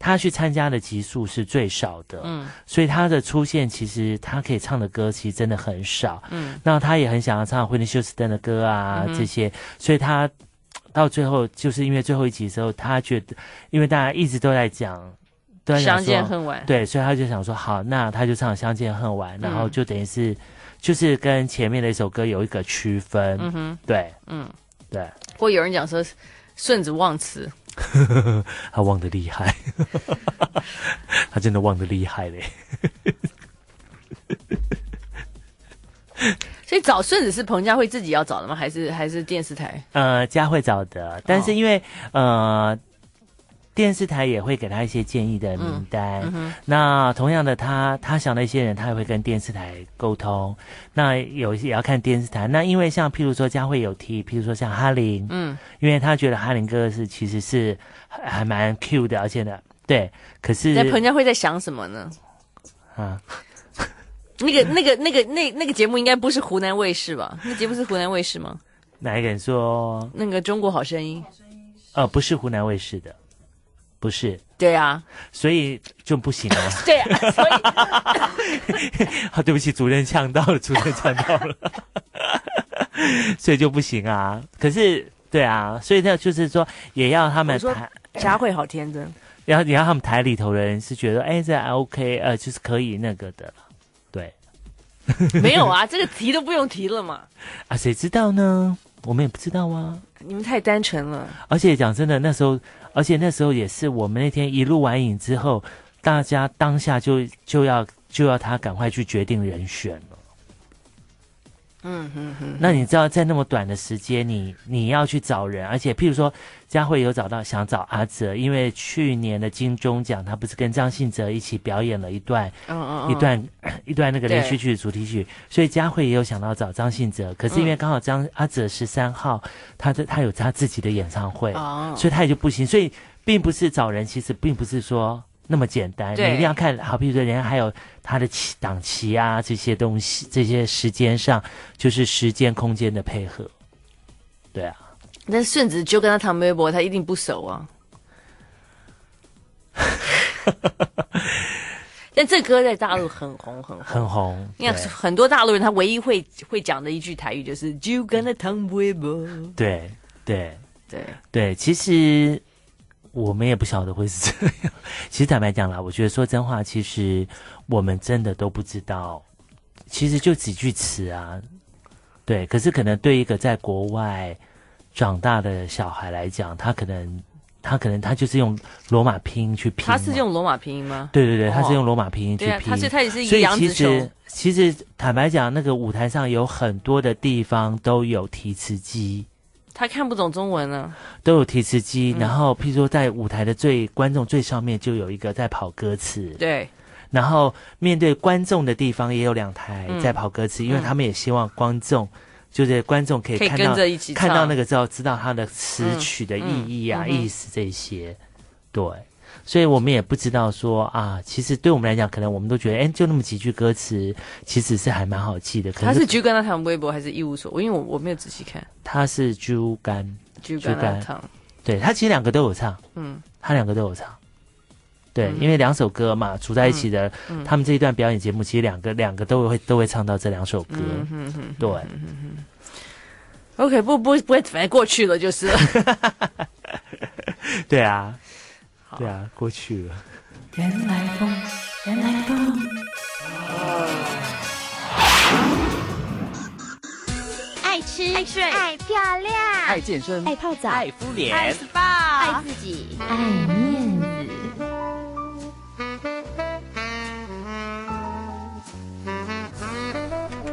Speaker 3: 他去参加的集数是最少的，
Speaker 4: 嗯
Speaker 3: 所以他的出现其实他可以唱的歌其实真的很少，
Speaker 4: 嗯
Speaker 3: 那他也很想要唱惠尼休斯顿的歌啊、
Speaker 4: 嗯哼
Speaker 3: 这些，所以他到最后就是因为最后一集的时候，他觉得，因为大家一直都在讲，都在讲
Speaker 4: 相
Speaker 3: 说
Speaker 4: 见恨晚，
Speaker 3: 对，所以他就想说，好，那他就唱《相见恨
Speaker 4: 嗯
Speaker 3: 晚》，然后就等于是、就是跟前面的一首歌有一个区分，
Speaker 4: 嗯哼，
Speaker 3: 对
Speaker 4: 嗯，
Speaker 3: 对，
Speaker 4: 不过有人讲说顺子忘词，
Speaker 3: 他忘得厉害， [LAUGHS] 他真的忘得厉害嘞，
Speaker 4: 所以找顺子是彭佳慧自己要找的吗？还是还是电视台？
Speaker 3: 呃，佳慧找
Speaker 4: 哦
Speaker 3: 的，但是因为、呃。电视台也会给他一些建议的名单，
Speaker 4: 嗯哼，
Speaker 3: 那同样的他，他想的一些人，他也会跟电视台沟通。那有一些也要看电视台。那因为像譬如说佳慧有提，譬如说像哈林，
Speaker 4: 嗯
Speaker 3: 因为他觉得哈林哥是其实是还还蛮 Q 的，而且呢，对，可是
Speaker 4: 那彭佳慧在想什么呢？
Speaker 3: 啊，
Speaker 4: [LAUGHS] 那个、那个、那个、那那个节目应该不是湖南卫视吧？那节目是湖南卫视吗？
Speaker 3: 哪一个人说
Speaker 4: 那个《中国好声音》。
Speaker 3: 呃不是湖南卫视的，不是，
Speaker 4: 对啊，
Speaker 3: 所以就不行啊。
Speaker 4: 对 [LAUGHS] 啊，所以
Speaker 3: [LAUGHS] 啊，对不起，主任呛到了，主任呛到了， [LAUGHS] 所以就不行啊。可是对啊，所以呢，就是说也要他们
Speaker 4: 我说
Speaker 3: 谈。
Speaker 4: 佳慧好天真。
Speaker 3: 然后你让他们台里头的人是觉得，哎，这还 OK，呃，就是可以那个的了，对
Speaker 4: 没有啊，这个提都不用提了嘛，
Speaker 3: 啊，谁知道呢？我们也不知道啊。
Speaker 4: 你们太单纯了。
Speaker 3: 而且讲真的，那时候，而且那时候也是我们那天一录完影之后，大家当下就就要就要他赶快去决定人选了。
Speaker 4: 嗯嗯嗯，
Speaker 3: 那你知道，在那么短的时间，你你要去找人，而且譬如说，佳慧有找到想找阿哲，因为去年的金钟奖，他不是跟张信哲一起表演了一段
Speaker 4: 嗯嗯嗯
Speaker 3: 一段、 [COUGHS] 一段那个连
Speaker 4: 对
Speaker 3: 续剧的主题曲，所以佳慧也有想到找张信哲，可是因为刚好张、阿哲十三号，他的他有他自己的演唱会，
Speaker 4: 哦
Speaker 3: 所以他也就不行，所以并不是找人，其实并不是说。那么简单，你
Speaker 4: 对
Speaker 3: 一定要看好，比如说人家还有他的期档期啊，这些东西，这些时间上就是时间空间的配合，对啊，
Speaker 4: 但是顺子就跟他唐微博，他一定不熟
Speaker 3: [LAUGHS]
Speaker 4: 啊。但这歌在大陆很红很红。
Speaker 3: 很红。
Speaker 4: 你看，
Speaker 3: 对
Speaker 4: 很多大陆人他唯一会会讲的一句台语就是“就跟那唐微博
Speaker 3: 对对”，
Speaker 4: 对，
Speaker 3: 对，其实我们也不晓得会是这样。其实坦白讲啦，我觉得说真话，其实我们真的都不知道，其实就几句词啊。对，可是可能对一个在国外长大的小孩来讲，他可能他可能他就是用罗马拼音去拼
Speaker 4: [LAUGHS]
Speaker 3: 嘛，
Speaker 4: 他是用罗马拼音吗？
Speaker 3: 对对对，他是
Speaker 4: 哦
Speaker 3: 用罗马拼音去
Speaker 4: 对啊，
Speaker 3: 拼，
Speaker 4: 他是他也是一
Speaker 3: 所
Speaker 4: 个
Speaker 3: 以
Speaker 4: 杨
Speaker 3: 其
Speaker 4: 子
Speaker 3: 实
Speaker 4: 琼，
Speaker 3: 其实坦白讲，那个舞台上有很多的地方都有提词机。
Speaker 4: 他看不懂中文啊。
Speaker 3: 都有提词机，
Speaker 4: 嗯
Speaker 3: 然后譬如说在舞台的最观众最上面就有一个在跑歌词，
Speaker 4: 对，
Speaker 3: 然后面对观众的地方也有两台
Speaker 4: 嗯
Speaker 3: 在跑歌词，因为他们也希望观众。就是观众可以
Speaker 4: 可以
Speaker 3: 看到
Speaker 4: 跟着一起唱
Speaker 3: 看到那个之后，知道它的词曲的意义
Speaker 4: 嗯
Speaker 3: 啊、
Speaker 4: 嗯嗯哼
Speaker 3: 意思这些，对，所以我们也不知道说啊，其实对我们来讲，可能我们都觉得，哎，就那么几句歌词，其实是还蛮好记的。可
Speaker 4: 他
Speaker 3: 是
Speaker 4: 是菊跟他唐微博还是一无所？因为我我没有仔细看
Speaker 3: 它是猪肝，
Speaker 4: 菊跟他
Speaker 3: 菊跟
Speaker 4: 唐，
Speaker 3: 对他其实两个都有唱，
Speaker 4: 嗯，
Speaker 3: 他两个都有唱。对，因为两首歌嘛，组在一起的，
Speaker 4: 嗯
Speaker 3: 他们这一段表演节目，其实两个两个都会都会唱到这两首歌。
Speaker 4: 嗯
Speaker 3: 对，
Speaker 4: OK，不不不会，反正过去了就是了。
Speaker 3: 对啊，
Speaker 4: 好
Speaker 3: 对啊，过去了。
Speaker 5: 人来疯，人来疯，
Speaker 2: 爱吃爱睡爱漂亮，
Speaker 6: 爱健身，
Speaker 1: 爱泡澡，
Speaker 6: 爱敷脸，
Speaker 2: 爱自己。
Speaker 5: 爱面子，
Speaker 4: 而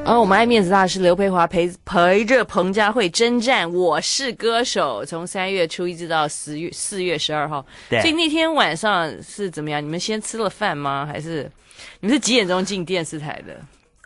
Speaker 4: 呃我们爱面子大师刘佩华陪陪着彭佳慧征战《我是歌手》，从三月初一直到十月四月十二号。
Speaker 3: 对
Speaker 4: 所以那天晚上是怎么样？你们先吃了饭吗？还是你们是几点钟进电视台的？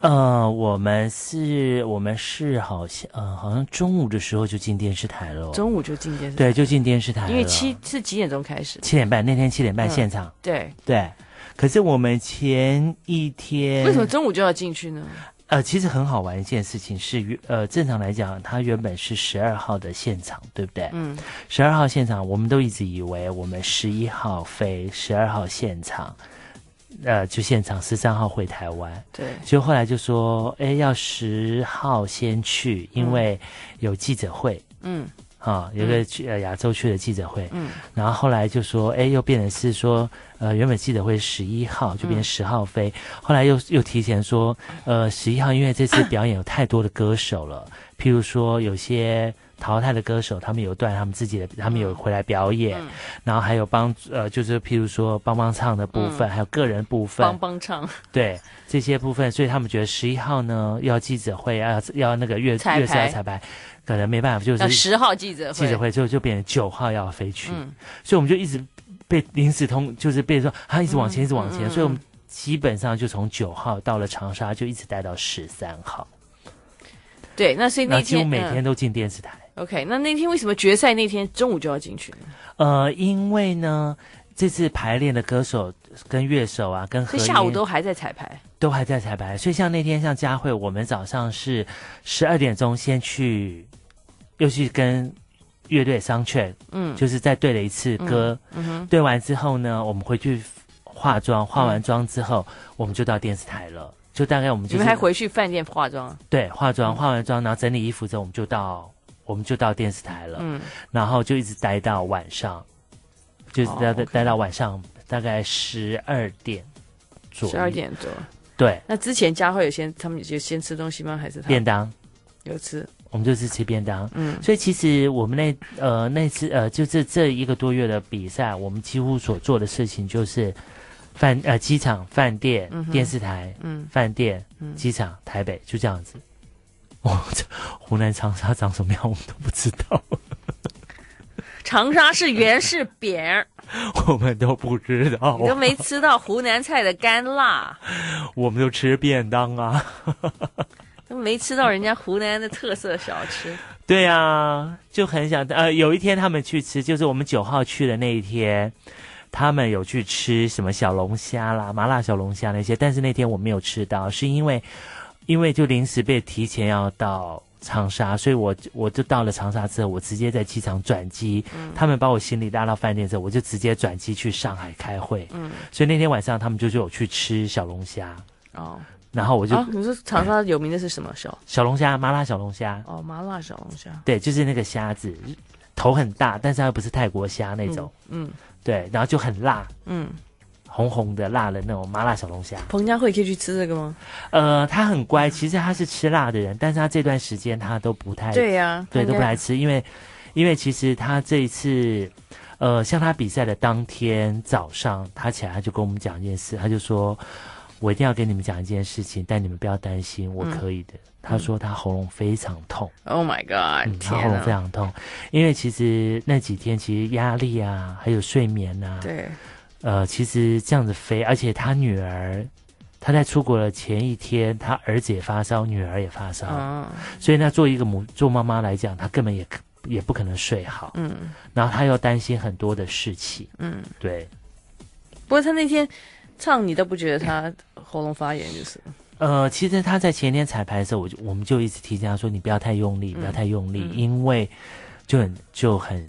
Speaker 3: 呃，我们是，我们是好像，呃，好像中午的时候就进电视台了。
Speaker 4: 中午就进电视台，
Speaker 3: 哦对，就进电视台了。
Speaker 4: 因为七是几点钟开始？
Speaker 3: 七点半那天七点半
Speaker 4: 嗯
Speaker 3: 现场。
Speaker 4: 对，
Speaker 3: 对，可是我们前一天
Speaker 4: 为什么中午就要进去呢？
Speaker 3: 呃，其实很好玩一件事情是原，呃，正常来讲，它原本是十二号的现场，对不对？
Speaker 4: 嗯，
Speaker 3: 十二号现场，我们都一直以为我们十一号飞，十二号现场，呃，就现场，十三号回台湾。
Speaker 4: 对，
Speaker 3: 就后来就说，哎，要十号先去，因为有记者会。
Speaker 4: 嗯
Speaker 3: 啊，有个去呃亚洲区的记者会，
Speaker 4: 嗯，
Speaker 3: 然后后来就说，哎，又变成是说，呃，原本记者会十一号就
Speaker 4: 嗯
Speaker 3: 变成十号飞，后来又又提前说，呃，十一号因为这次表演有太多的歌手了，譬如说有些淘汰的歌手，他们有段他们自己的，他们
Speaker 4: 嗯
Speaker 3: 有回来表演，然后还有帮呃，就是譬如说帮帮唱的部分，还有个人部分，
Speaker 4: 嗯帮帮唱，
Speaker 3: 对这些部分，所以他们觉得十一号呢要记者会，要要那个月
Speaker 4: 彩
Speaker 3: 月色要
Speaker 4: 排
Speaker 3: 彩排，可能没办法，就是
Speaker 4: 呃，十号记者会，
Speaker 3: 记者会之后就变成九号要飞去，
Speaker 4: 嗯
Speaker 3: 所以我们就一直被临时通，就是被说啊一直往前，一直往前，
Speaker 4: 嗯
Speaker 3: 所以我们基本上就从九号到了长沙，就一直待到十三号，
Speaker 4: 对，那所以
Speaker 3: 那
Speaker 4: 那
Speaker 3: 几乎
Speaker 4: 天
Speaker 3: 每
Speaker 4: 嗯
Speaker 3: 天都进电视台。
Speaker 4: OK，那那天为什么决赛那天中午就要进去呢？嗯
Speaker 3: 呃，因为呢。这次排练的歌手跟乐手啊，跟合
Speaker 4: 所以下午
Speaker 3: 音
Speaker 4: 都还在彩排。
Speaker 3: 都还在彩排，所以像那天像佳慧，我们早上是十二点钟先去，又去跟乐队商榷，
Speaker 4: 嗯
Speaker 3: 就是再对了一次歌，
Speaker 4: 嗯哼，
Speaker 3: 对完之后呢，我们回去化妆，化完妆之后，我们就到电视台了，就大概我们就是
Speaker 4: 你们还回去饭店化妆啊？
Speaker 3: 对化妆，化完妆然后整理衣服之后，我们就到我们就到电视台了，
Speaker 4: 嗯，
Speaker 3: 然后就一直待到晚上，就是
Speaker 4: 哦
Speaker 3: 待、
Speaker 4: OK
Speaker 3: 待到晚上大概十二点左右，
Speaker 4: 十二点多。
Speaker 3: 对
Speaker 4: 那之前佳慧有先他们有先吃东西吗？还是他
Speaker 3: 便
Speaker 4: 们
Speaker 3: 当，
Speaker 4: 有吃？
Speaker 3: 我们就是吃便当。
Speaker 4: 嗯，
Speaker 3: 所以其实我们那呃那次呃就这这一个多月的比赛，我们几乎所做的事情就是饭呃机场、饭店、
Speaker 4: 嗯哼
Speaker 3: 电视台、
Speaker 4: 嗯
Speaker 3: 饭店、
Speaker 4: 嗯
Speaker 3: 机场、台北，就这样子。哦，这湖南长沙长什么样我们都不知道，
Speaker 4: 长沙是圆是扁
Speaker 3: [LAUGHS]
Speaker 4: 儿，
Speaker 3: 我们都不知道
Speaker 4: 你，都没吃到湖南菜的干辣，
Speaker 3: 我们就吃便当啊。
Speaker 4: 都没吃到人家湖南的特色小吃。
Speaker 3: 对啊，就很想呃，有一天他们去吃，就是我们九号去的那一天，他们有去吃什么小龙虾啦、麻辣小龙虾那些，但是那天我没有吃到，是因为因为就临时被提前要到长沙，所以我我就到了长沙之后，我直接在机场转机，
Speaker 4: 嗯
Speaker 3: 他们把我行李拉到饭店之后，我就直接转机去上海开会，
Speaker 4: 嗯
Speaker 3: 所以那天晚上他们就就有去吃小龙虾，
Speaker 4: 哦，
Speaker 3: 然后我就、
Speaker 4: 啊，你说长沙有名的是什么小？
Speaker 3: 小龙虾、麻辣小龙虾，
Speaker 4: 哦，麻辣小龙虾。
Speaker 3: 对，就是那个虾子，头很大，但是它又不是泰国虾那种，
Speaker 4: 嗯
Speaker 3: 对，然后就很辣，
Speaker 4: 嗯，
Speaker 3: 红红的辣的那种麻辣小龙虾。
Speaker 4: 彭佳慧可以去吃这个吗？
Speaker 3: 呃，他很乖，其实他是吃辣的人，但是他这段时间他都不太
Speaker 4: 对呀，
Speaker 3: 对
Speaker 4: 他
Speaker 3: 都
Speaker 4: 应
Speaker 3: 不
Speaker 4: 该
Speaker 3: 来吃，因为因为其实他这一次，呃，像他比赛的当天早上，他起来他就跟我们讲一件事，他就说。我一定要跟你们讲一件事情，但你们不要担心，我
Speaker 4: 嗯
Speaker 3: 可以的。他说他喉咙非常痛，
Speaker 4: Oh my god！
Speaker 3: 嗯，他
Speaker 4: 天
Speaker 3: 喉
Speaker 4: 啊
Speaker 3: 咙非
Speaker 4: 哪，
Speaker 3: 常痛，因为其实那几天其实压力啊，还有睡眠啊，
Speaker 4: 对，
Speaker 3: 呃，其实这样子飞，而且他女儿，他在出国的前一天，他儿子也发烧，女儿也发烧，
Speaker 4: 嗯
Speaker 3: 所以那作为一个母做妈妈来讲，她根本也可也不可能睡好，
Speaker 4: 嗯
Speaker 3: 然后她又担心很多的事情，
Speaker 4: 嗯。
Speaker 3: 对，
Speaker 4: 不过他那天唱，你都不觉得他喉咙发炎， [LAUGHS] 就是
Speaker 3: 呃，其实他在前天彩排的时候，我就我们就一直提醒他说，你不要太用力，不要太用力，
Speaker 4: 嗯
Speaker 3: 因为就很就很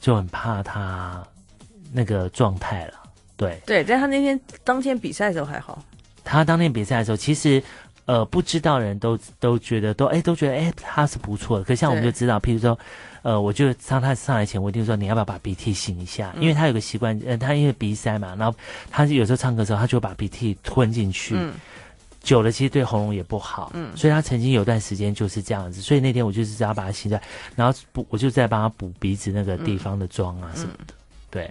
Speaker 3: 就很怕他那个状态了。对
Speaker 4: 对。但他那天当天比赛的时候还好，
Speaker 3: 他当天比赛的时候，其实呃不知道的人都都觉得都哎都觉得哎他是不错的，可像我们
Speaker 4: 对
Speaker 3: 就知道，譬如说，呃，我就上他上来前，我一定说你要不要把鼻涕擤一下，因为他有个习惯，呃，他因为鼻塞嘛，然后他有时候唱歌的时候，他就会把鼻涕吞进去，
Speaker 4: 嗯
Speaker 3: 久了其实对喉咙也不好，
Speaker 4: 嗯
Speaker 3: 所以他曾经有段时间就是这样子，所以那天我就是要把他洗掉，然后补我就在帮他补鼻子那个地方的妆啊什么的，对、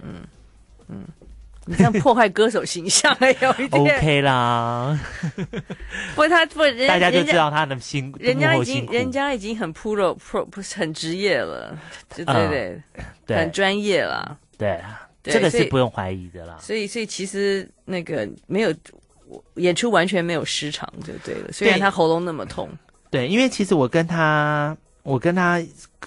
Speaker 4: 你这样破坏歌手形象了，有
Speaker 3: [LAUGHS]
Speaker 4: 一
Speaker 3: o
Speaker 4: 点。
Speaker 3: k 啦，
Speaker 4: 不过他不，人
Speaker 3: 大家就
Speaker 4: 人
Speaker 3: 知道他的辛苦，
Speaker 4: 人家
Speaker 3: 幕后
Speaker 4: 已经
Speaker 3: 辛苦
Speaker 4: 人家已经很 pro pro 不是很职业了，对对对，
Speaker 3: 嗯对
Speaker 4: 很专业了。
Speaker 3: 对，
Speaker 4: 对
Speaker 3: 这个
Speaker 4: 所
Speaker 3: 是
Speaker 4: 以
Speaker 3: 不用怀疑的啦。
Speaker 4: 所以所以其实那个没有我演出完全没有失常就对了，虽然
Speaker 3: 对
Speaker 4: 他喉咙那么痛，
Speaker 3: 对，因为其实我跟他，我跟他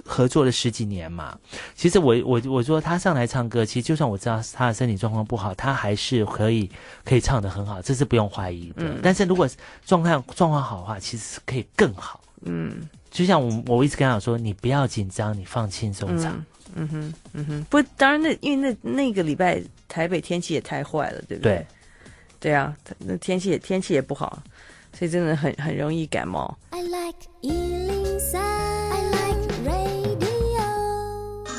Speaker 3: 合作了十几年嘛。其实我我我说他上来唱歌，其实就算我知道他的身体状况不好，他还是可以可以唱得很好，这是不用怀疑的。
Speaker 4: 嗯
Speaker 3: 但是如果状态状况好的话，其实是可以更好。
Speaker 4: 嗯
Speaker 3: 就像我我一直跟他讲说，你不要紧张，你放轻松唱。
Speaker 4: 嗯嗯哼嗯哼。不，当然那因为那那个礼拜台北天气也太坏了，对不
Speaker 3: 对，
Speaker 4: 对啊，它那天气也天气也不好，所以真的很很容易感冒。
Speaker 2: I like Ealing Sound. I like radio.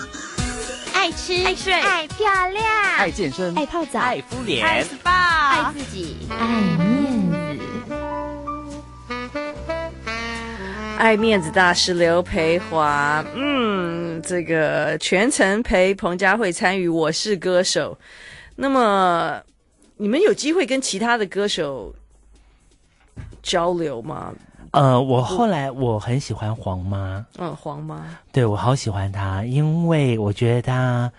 Speaker 6: 爱吃、爱睡、爱漂亮、
Speaker 7: 爱健身，
Speaker 1: 爱泡澡，
Speaker 7: 爱敷脸。
Speaker 6: 爱自己。
Speaker 5: 爱面子，
Speaker 4: 爱面子大师刘培华，嗯，这个全程陪彭佳慧参与《我是歌手》。那么，你们有机会跟其他的歌手交流吗？
Speaker 3: 呃，我后来我很喜欢黄妈，
Speaker 4: 嗯，黄妈，
Speaker 3: 对我好喜欢她，因为我觉得她。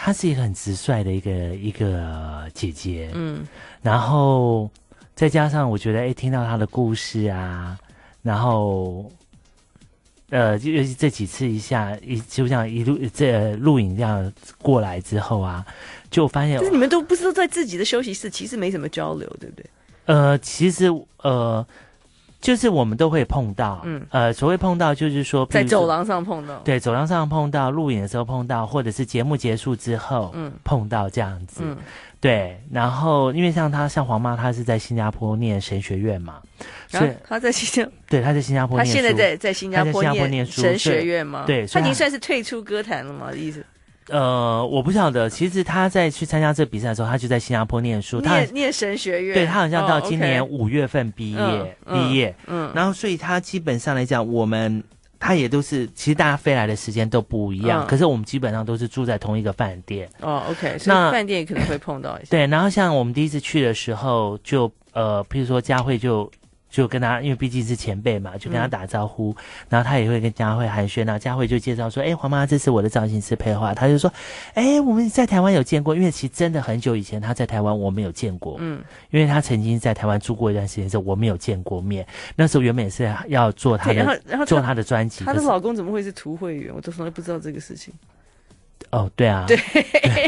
Speaker 3: 她是一个很直率的一个一个姐姐，
Speaker 4: 嗯
Speaker 3: 然后再加上我觉得，哎，听到他的故事啊，然后，呃，就尤其这几次一下一就这样一路这呃录影这样过来之后啊，就发现
Speaker 4: 就是你们都不是都在自己的休息室，其实没什么交流，对不对？
Speaker 3: 呃，其实呃，就是我们都会碰到，
Speaker 4: 嗯
Speaker 3: 呃，所谓碰到就是说
Speaker 4: 在走。
Speaker 3: 譬如说
Speaker 4: 廊上碰到，
Speaker 3: 对，走廊上碰到，录影的时候碰到，或者是节目结束之后，
Speaker 4: 嗯
Speaker 3: 碰到这样子，
Speaker 4: 嗯
Speaker 3: 对。然后，因为像他，像黄妈，她是在新加坡念神学院嘛，
Speaker 4: 然
Speaker 3: 所以
Speaker 4: 后他在新加，
Speaker 3: 对，他在新加坡 [LAUGHS]
Speaker 4: 他
Speaker 3: 念书，
Speaker 4: 啊现在在在新加坡
Speaker 3: 他在新加坡
Speaker 4: 念
Speaker 3: 念书
Speaker 4: 神学院吗？他
Speaker 3: 对所
Speaker 4: 已
Speaker 3: 以
Speaker 4: 经
Speaker 3: 他
Speaker 4: 算是退出歌坛了吗？意思
Speaker 3: 呃，我不晓得，其实他在去参加这比赛的时候，他就在新加坡念书，他
Speaker 4: 念念神学院，
Speaker 3: 对他好像到今年
Speaker 4: 哦，OK
Speaker 3: 五月份毕业、
Speaker 4: 嗯嗯
Speaker 3: 毕业，
Speaker 4: 嗯
Speaker 3: 然后所以他基本上来讲，我们他也都是，其实大家飞来的时间都不一样，
Speaker 4: 嗯
Speaker 3: 可是我们基本上都是住在同一个饭店，
Speaker 4: 哦，OK，所以
Speaker 3: 那
Speaker 4: 饭店也可能会碰到一些。
Speaker 3: 对。然后像我们第一次去的时候，就呃，譬如说佳慧就。就跟他，因为毕竟是前辈嘛，就跟他
Speaker 4: 嗯
Speaker 3: 打招呼，然后他也会跟佳慧寒暄，然后佳慧就介绍说：“哎、黄妈，这是我的造型师佩华。”他就说：“哎、我们在台湾有见过，因为其实真的很久以前他在台湾我们有见过，
Speaker 4: 嗯，
Speaker 3: 因为他曾经在台湾住过一段时间之后，我们有见过面。那时候原本也是要做他
Speaker 4: 对，然后
Speaker 3: 的
Speaker 4: 然后
Speaker 3: 做
Speaker 4: 她
Speaker 3: 他的专辑，
Speaker 4: 她的
Speaker 3: 可是
Speaker 4: 老公怎么会是涂慧源？我都从来不知道这个事情。
Speaker 3: 哦，对啊，对，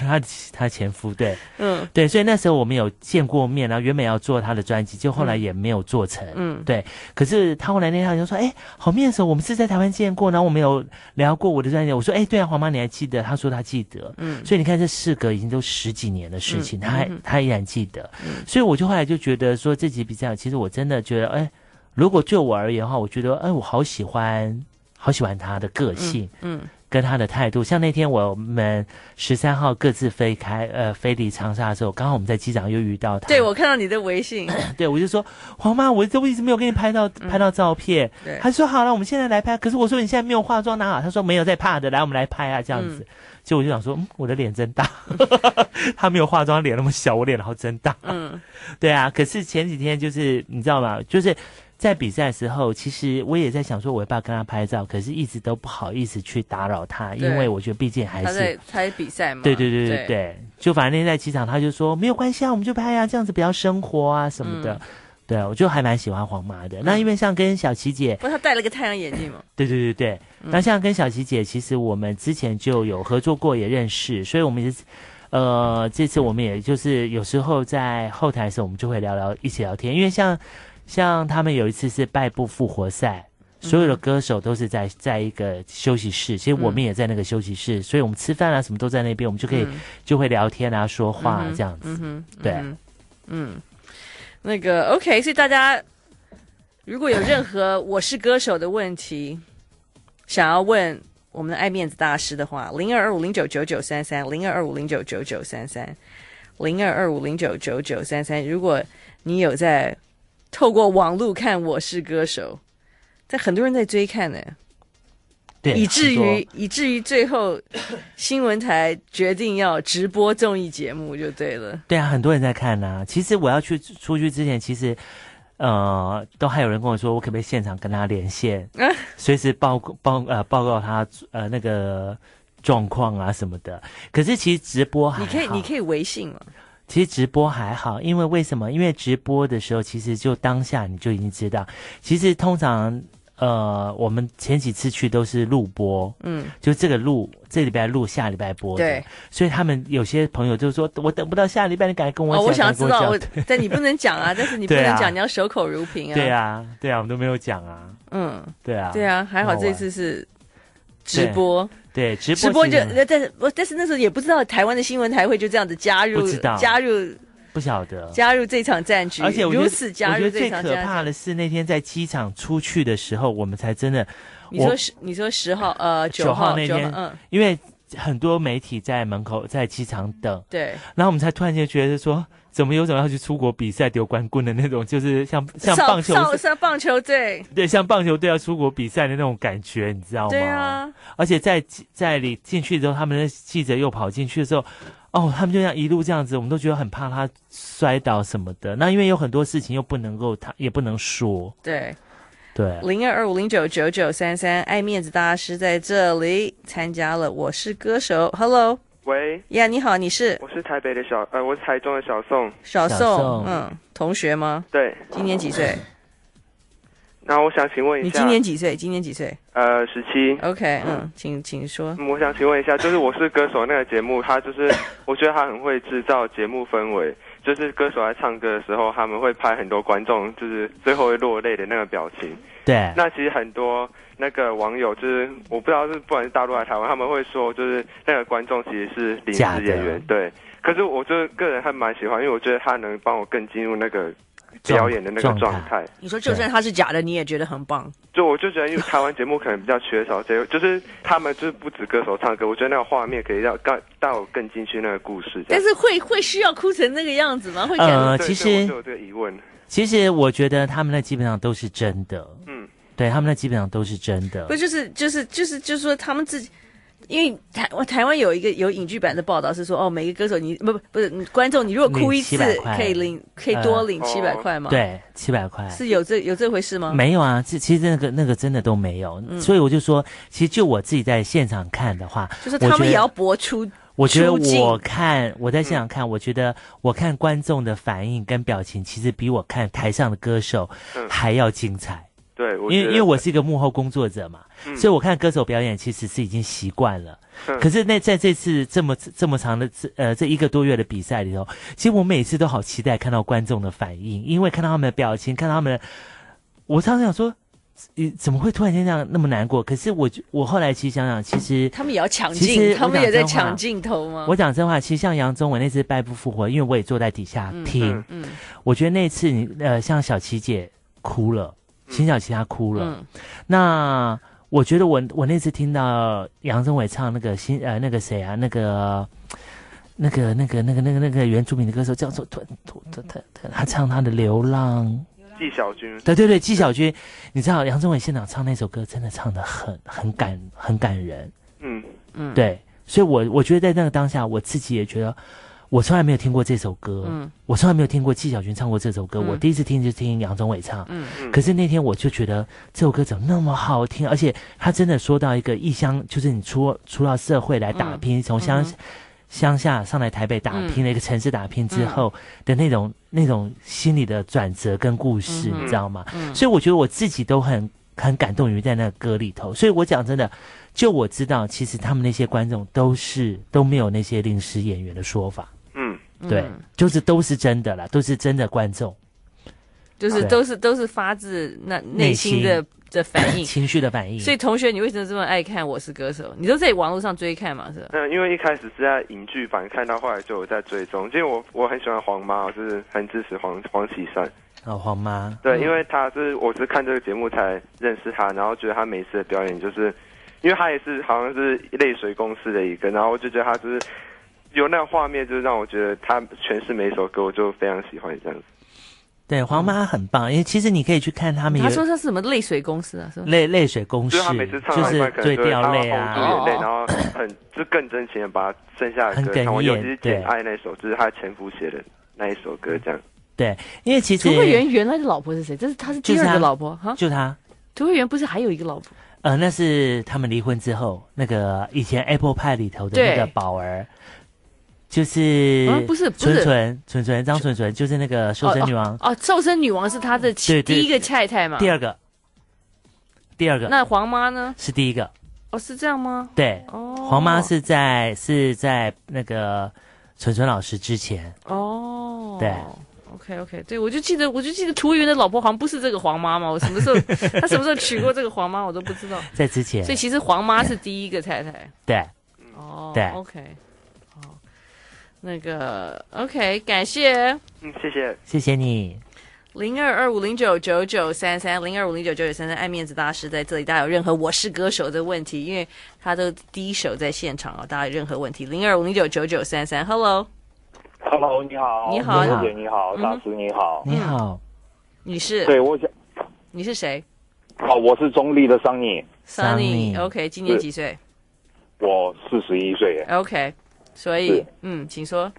Speaker 3: 他他前夫对
Speaker 4: 嗯
Speaker 3: 对，所以那时候我们有见过面，然后原本要做他的专辑，就后来也没有做成。
Speaker 4: 嗯
Speaker 3: 对，可是他后来那天他就说：“哎、好面熟，我们是在台湾见过，然后我们有聊过我的专辑。”我说：“哎、对啊，黄妈，你还记得？”他说他记得。
Speaker 4: 嗯
Speaker 3: 所以你看，这事隔已经都十几年的事情，
Speaker 4: 嗯
Speaker 3: 他还
Speaker 4: 嗯哼
Speaker 3: 他依然记得。
Speaker 4: 嗯
Speaker 3: 所以我就后来就觉得说，这集比赛，其实我真的觉得，哎，如果就我而言的话，我觉得，哎，我好喜欢，好喜欢他的个性。
Speaker 4: 嗯
Speaker 3: 跟他的态度，像那天我们十三号各自飞开，呃，飞离长沙的时候，刚好我们在机场又遇到他。
Speaker 4: 对我看到你的微信，
Speaker 3: [LAUGHS] 对我就说，黄妈，我都一直没有给你拍到
Speaker 4: 嗯
Speaker 3: 拍到照片。
Speaker 4: 对
Speaker 3: 他说好了，我们现在来拍。可是我说你现在没有化妆哪好？他说没有在怕的，来我们来拍啊这样子。所以我就想说，嗯，我的脸真大， [LAUGHS] 他没有化妆，脸那么小，我脸好真大。
Speaker 4: 嗯
Speaker 3: 对啊，可是前几天就是你知道吗？就是在比赛的时候，其实我也在想说我要不要跟他拍照，可是一直都不好意思去打扰他，
Speaker 4: 对
Speaker 3: 因为我觉得毕竟还
Speaker 4: 她在
Speaker 3: 是。
Speaker 4: 她在比赛嘛？
Speaker 3: 对对对
Speaker 4: 对
Speaker 3: 对对，就反正那天在机场，他就说没有关系啊，我们就拍啊，这样子比较生活啊什么
Speaker 4: 嗯
Speaker 3: 的。对啊，我就还蛮喜欢黄妈的。那因为像跟小琪姐，
Speaker 4: 不，她戴了个太阳眼镜嘛。
Speaker 3: 对对对对，
Speaker 4: 嗯
Speaker 3: 那像跟小琪姐，其实我们之前就有合作过，也认识，所以我们也是，呃，这次我们也就是有时候在后台的时候，我们就会聊聊一起聊天，因为像像他们有一次是败部复活
Speaker 4: 嗯
Speaker 3: 赛。所有的歌手都是在在一个休息室，其实我们也在那个休息室，所以我们吃饭啊什么都在那边，我们就可以、
Speaker 4: 嗯
Speaker 3: 就会聊天啊、说话、
Speaker 4: 嗯
Speaker 3: 啊
Speaker 4: 哼、
Speaker 3: 这样子。
Speaker 4: 嗯哼，
Speaker 3: 对
Speaker 4: 嗯哼嗯。那个 OK，所以大家如果有任何《我是歌手》的问题，想要问我们的爱面子大师的话，零二二五零九九九三三，零二二五零九九九三三，零二二五零九九九三三。如果你有在透过网络看《我是歌手》，但很多人在追看呢、
Speaker 3: 对，
Speaker 4: 以至
Speaker 3: 很多
Speaker 4: 于以至于最后新闻台决定要直播综艺节目就对了。
Speaker 3: 对啊，很多人在看呐、其实我要去出去之前，其实呃，都还有人跟我说，我可不可以现场跟他连线，
Speaker 4: 啊
Speaker 3: 随时报报呃报告他呃那个状况啊什么的。可是其实直播还
Speaker 4: 你可以
Speaker 3: 好
Speaker 4: 你可以微信了，
Speaker 3: 其实直播还好，因为为什么？因为直播的时候，其实就当下你就已经知道。其实通常，呃，我们前几次去都是录播，
Speaker 4: 嗯，
Speaker 3: 就这个录，这礼拜录，下礼拜播的。
Speaker 4: 对。
Speaker 3: 所以他们有些朋友就说：“我等不到下礼拜，你赶快跟我
Speaker 4: 哦，
Speaker 3: 讲。
Speaker 4: 我想要知道，我
Speaker 3: 赶快跟讲
Speaker 4: 但你不能讲
Speaker 3: [LAUGHS]
Speaker 4: 啊，但是你不能
Speaker 3: 对啊
Speaker 4: 讲，你要守口如瓶啊。
Speaker 3: 对，啊，对啊，我们都没有讲啊，
Speaker 4: 嗯，
Speaker 3: 对啊，
Speaker 4: 对啊，还好
Speaker 3: 很玩
Speaker 4: 这次是直播，
Speaker 3: 对直播
Speaker 4: 直播
Speaker 3: 其
Speaker 4: 就
Speaker 3: 实
Speaker 4: 但是我但是那时候也不知道台湾的新闻台会就这样子加入
Speaker 3: 不知道
Speaker 4: 加入
Speaker 3: 不晓得。
Speaker 4: 加入这场战局，
Speaker 3: 而且我觉得
Speaker 4: 如此加入
Speaker 3: 我觉得
Speaker 4: 这
Speaker 3: 最
Speaker 4: 场
Speaker 3: 可
Speaker 4: 战
Speaker 3: 怕
Speaker 4: 局。
Speaker 3: 的是那天在机场出去的时候，我们才真的，
Speaker 4: 你说十，你说十号呃九
Speaker 3: 号那
Speaker 4: 九号
Speaker 3: 天
Speaker 4: 嗯
Speaker 3: 因为很多媒体在门口在机场等，
Speaker 4: 对，
Speaker 3: 然后我们才突然间觉得说，怎么有种要去出国比赛丢冠军的那种，就是像像
Speaker 4: 少
Speaker 3: 棒球
Speaker 4: 少少棒球队，
Speaker 3: 对，像棒球队要出国比赛的那种感觉，你知道吗？
Speaker 4: 对。啊，
Speaker 3: 而且在在里进去之后，他们的记者又跑进去的时候，哦，他们就像一路这样子，我们都觉得很怕他摔倒什么的。那因为有很多事情又不能够他也不能说，
Speaker 4: 对。
Speaker 3: 对，
Speaker 4: 零二二五零九九九三三，爱面子大师在这里参加了《我是歌手》。Hello，
Speaker 7: 喂，
Speaker 4: 呀、你好，你是
Speaker 7: 我是台北的小，呃，我是台中的小宋。
Speaker 4: 小宋，
Speaker 3: 小宋
Speaker 4: 嗯，同学吗？
Speaker 7: 对，
Speaker 4: 今年几岁？
Speaker 7: 那我想请问一
Speaker 4: 你
Speaker 7: 下，
Speaker 4: 今年几岁？今年几岁
Speaker 7: 呃十七，
Speaker 4: ？OK，嗯，请请说。
Speaker 7: 嗯我想请问一下，就是《我是歌手》那个节目，它就是我觉得它很会制造节目氛围，就是歌手在唱歌的时候，他们会拍很多观众就是最后会落泪的那个表情。
Speaker 3: 对，
Speaker 7: 那其实很多那个网友就是我不知道是不管是大陆还是台湾，他们会说就是那个观众其实是临时
Speaker 3: 假的
Speaker 7: 演员，对。可是我就是个人还蛮喜欢，因为我觉得他能帮我更进入那个表演的那个状态。
Speaker 4: 你说就
Speaker 3: 算
Speaker 4: 他是假的，你也觉得很棒。
Speaker 7: 就我就觉得，因为台湾节目可能比较缺少这，就是他们就是不止歌手唱歌，我觉得那个画面可以让更带我更进去那个故事。这
Speaker 4: 但
Speaker 7: 样
Speaker 4: 是会会需要哭成那个样子吗？会感觉、
Speaker 3: 呃，
Speaker 7: 对
Speaker 3: 其
Speaker 7: 所以我
Speaker 3: 实
Speaker 7: 就有这个疑问，
Speaker 3: 其实我觉得他们那基本上都是真的，
Speaker 7: 嗯，
Speaker 3: 对他们那基本上都是真的
Speaker 4: 不，就是就是就是就是说他们自己。因为台我台湾有一个有影剧版的报道是说，哦，每个歌手你不不不是你观众，你如果哭一次
Speaker 3: 领700块
Speaker 4: 可以领可以多领
Speaker 7: 嗯
Speaker 4: 七百块吗？，
Speaker 3: 对，七百块。
Speaker 4: 是有这有这回事吗？
Speaker 3: 哎没有啊，这其实那个那个真的都没有，所以我就说，其实就我自己在现场看的话，
Speaker 4: 就是他
Speaker 3: 我觉
Speaker 4: 们
Speaker 3: 得
Speaker 4: 也要搏出
Speaker 3: 我觉得
Speaker 4: 出镜
Speaker 3: 我看我在现场
Speaker 7: 嗯
Speaker 3: 看，我觉得我看观众的反应跟表情，其实比我看台上的歌手
Speaker 7: 嗯
Speaker 3: 还要精彩。
Speaker 7: 对，我
Speaker 3: 因为
Speaker 7: 觉
Speaker 3: 因为
Speaker 7: 得
Speaker 3: 我嗯是一个幕后工作者嘛，
Speaker 7: 嗯
Speaker 3: 所以我看歌手表演其实是已经习惯了。
Speaker 7: 嗯
Speaker 3: 可是那在这次这么这么长的这呃这一个多月的比赛里头，其实我每次都好期待看到观众的反应，因为看到他们的表情，看到他们的，我常常想说，你怎么会突然间这样那么难过？可是我就我后来其实想想，其实
Speaker 4: 他们也要抢
Speaker 3: 其实
Speaker 4: 镜，他们也在
Speaker 3: 我讲真话
Speaker 4: 抢镜头吗？
Speaker 3: 我讲真话，其实像杨宗纬那次败不复活，因为我也坐在底下听，
Speaker 7: 嗯
Speaker 4: 嗯
Speaker 3: 我觉得那次你呃，像小琪姐哭了，秦小琪她哭了。
Speaker 4: 嗯，
Speaker 3: 那我觉得我我那次听到杨宗纬唱那个新呃那个谁啊那个。那个、那个、那个、那个、那个原住民的歌手叫做突突突突，他唱他的《流浪》，
Speaker 7: 纪晓君，
Speaker 3: 对对对，纪晓君，你知道杨宗纬现场唱那首歌，真的唱的很很感很感人。
Speaker 7: 嗯，
Speaker 3: 对，所以我我觉得在那个当下，我自己也觉得，我从来没有听过这首歌，
Speaker 4: 嗯
Speaker 3: 我从来没有听过纪晓君唱过这首歌，我第一次听就听杨宗纬唱，
Speaker 4: 嗯
Speaker 7: 嗯
Speaker 3: 可是那天我就觉得这首歌怎么那么好听，而且他真的说到一个异乡，就是你出出到社会来打
Speaker 4: 嗯
Speaker 3: 拼，从乡、乡下上来台北打拼的一个城市打拼之后
Speaker 4: 嗯
Speaker 3: 的那种、那种心理的转折跟故事，
Speaker 4: 嗯
Speaker 3: 你知道吗？所以我觉得我自己都很很感动于在那个歌里头。所以我讲真的，就我知道，其实他们那些观众都是都没有那些临时演员的说法，
Speaker 7: 嗯，
Speaker 3: 对，就是都是真的啦，都是真的观众。
Speaker 4: 就是
Speaker 3: 对
Speaker 4: 都是都是发自那内心的的反应。
Speaker 3: 情绪的反应。
Speaker 4: 所以同学，你为什么这么爱看《我是歌手》？你都在网络上追看嘛，是吧？
Speaker 7: 那嗯因为一开始是在影剧版看到，后来就有在追踪。因为我我很喜欢黄妈，我是很支持黄黄绮珊。
Speaker 3: 哦，黄妈，
Speaker 7: 对，因为她是我是看这个节目才认识她，然后觉得她每一次的表演就是，因为她也是好像是泪水公司的一个，然后我就觉得她就是有那个画面，就是让我觉得她诠释每一首歌，我就非常喜欢这样子。
Speaker 3: 对，黄妈很棒，因为其实你可以去看他们
Speaker 4: 他说
Speaker 3: 有
Speaker 4: 他是什么泪水公司啊？是吧？
Speaker 3: 泪泪水公式
Speaker 7: [LAUGHS] 就是她每次，唱
Speaker 3: 就
Speaker 7: 到一
Speaker 3: 是
Speaker 7: 半，可
Speaker 3: 对
Speaker 7: 能就会
Speaker 3: 掉
Speaker 7: 她会
Speaker 3: 泪
Speaker 7: 红出
Speaker 3: 啊，
Speaker 7: 眼泪，然后很就更真情的把剩下的
Speaker 3: 很
Speaker 7: 歌
Speaker 3: 哽
Speaker 7: 唱完，尤其
Speaker 3: 咽
Speaker 7: 是《
Speaker 3: 对
Speaker 7: 简爱》那首，就是她前夫写的那一首歌，这样。
Speaker 3: 对，因为其实
Speaker 4: 涂慧源原来的老婆是谁？这是他是第
Speaker 3: 就
Speaker 4: 二
Speaker 3: 是他
Speaker 4: 个老婆哈。
Speaker 3: 就他，
Speaker 4: 涂慧源不是还有一个老婆？
Speaker 3: 呃，那是他们离婚之后，那个以前 Apple Pie 里头的那个
Speaker 4: 对
Speaker 3: 宝儿，就是
Speaker 4: 啊不是不
Speaker 3: 纯
Speaker 4: 是
Speaker 3: 纯纯纯张纯纯，就是那个瘦身女王、
Speaker 4: 哦，瘦身女王是他的
Speaker 3: 对
Speaker 4: 其
Speaker 3: 对
Speaker 4: 第一个太太嘛。
Speaker 3: 第二个，第二个
Speaker 4: 那黄妈呢？
Speaker 3: 是第一个，
Speaker 4: 哦，是这样吗？
Speaker 3: 对，
Speaker 4: 哦，
Speaker 3: 黄妈是在是在那个纯纯老师之前，
Speaker 4: 哦，
Speaker 3: 对。
Speaker 4: OK OK，对我就记得，我就记得涂慧源的老婆好像不是这个黄妈嘛，我什么时
Speaker 3: [LAUGHS]
Speaker 4: 候她什么时候娶过这个黄妈我都不知道，
Speaker 3: 在之前
Speaker 4: 所以其实黄妈是第一个太太。
Speaker 3: 对，
Speaker 4: 哦，
Speaker 3: 对
Speaker 4: ，OK，好，那个 OK，感谢
Speaker 7: 嗯，谢谢。
Speaker 3: 谢谢你，
Speaker 4: 零二二五零九九九三三零二五零九九九三三爱面子大师在这里，大家有任何我是歌手的问题，因为他都第一手在现场哦，大家有任何问题零二五零九九九三三，Hello，
Speaker 8: Hello，你好，
Speaker 4: 你好
Speaker 8: 梅姐你好，
Speaker 4: 嗯
Speaker 8: 大师你好。
Speaker 3: 你好，
Speaker 4: 你是
Speaker 8: 对，我想，
Speaker 4: 你是谁
Speaker 8: 哦，我是中立的桑尼，
Speaker 3: Sunny
Speaker 4: ？Sunny，OK，、今年几岁
Speaker 8: 我四十一岁。
Speaker 4: ？OK，所以
Speaker 8: 是
Speaker 4: 嗯，请说。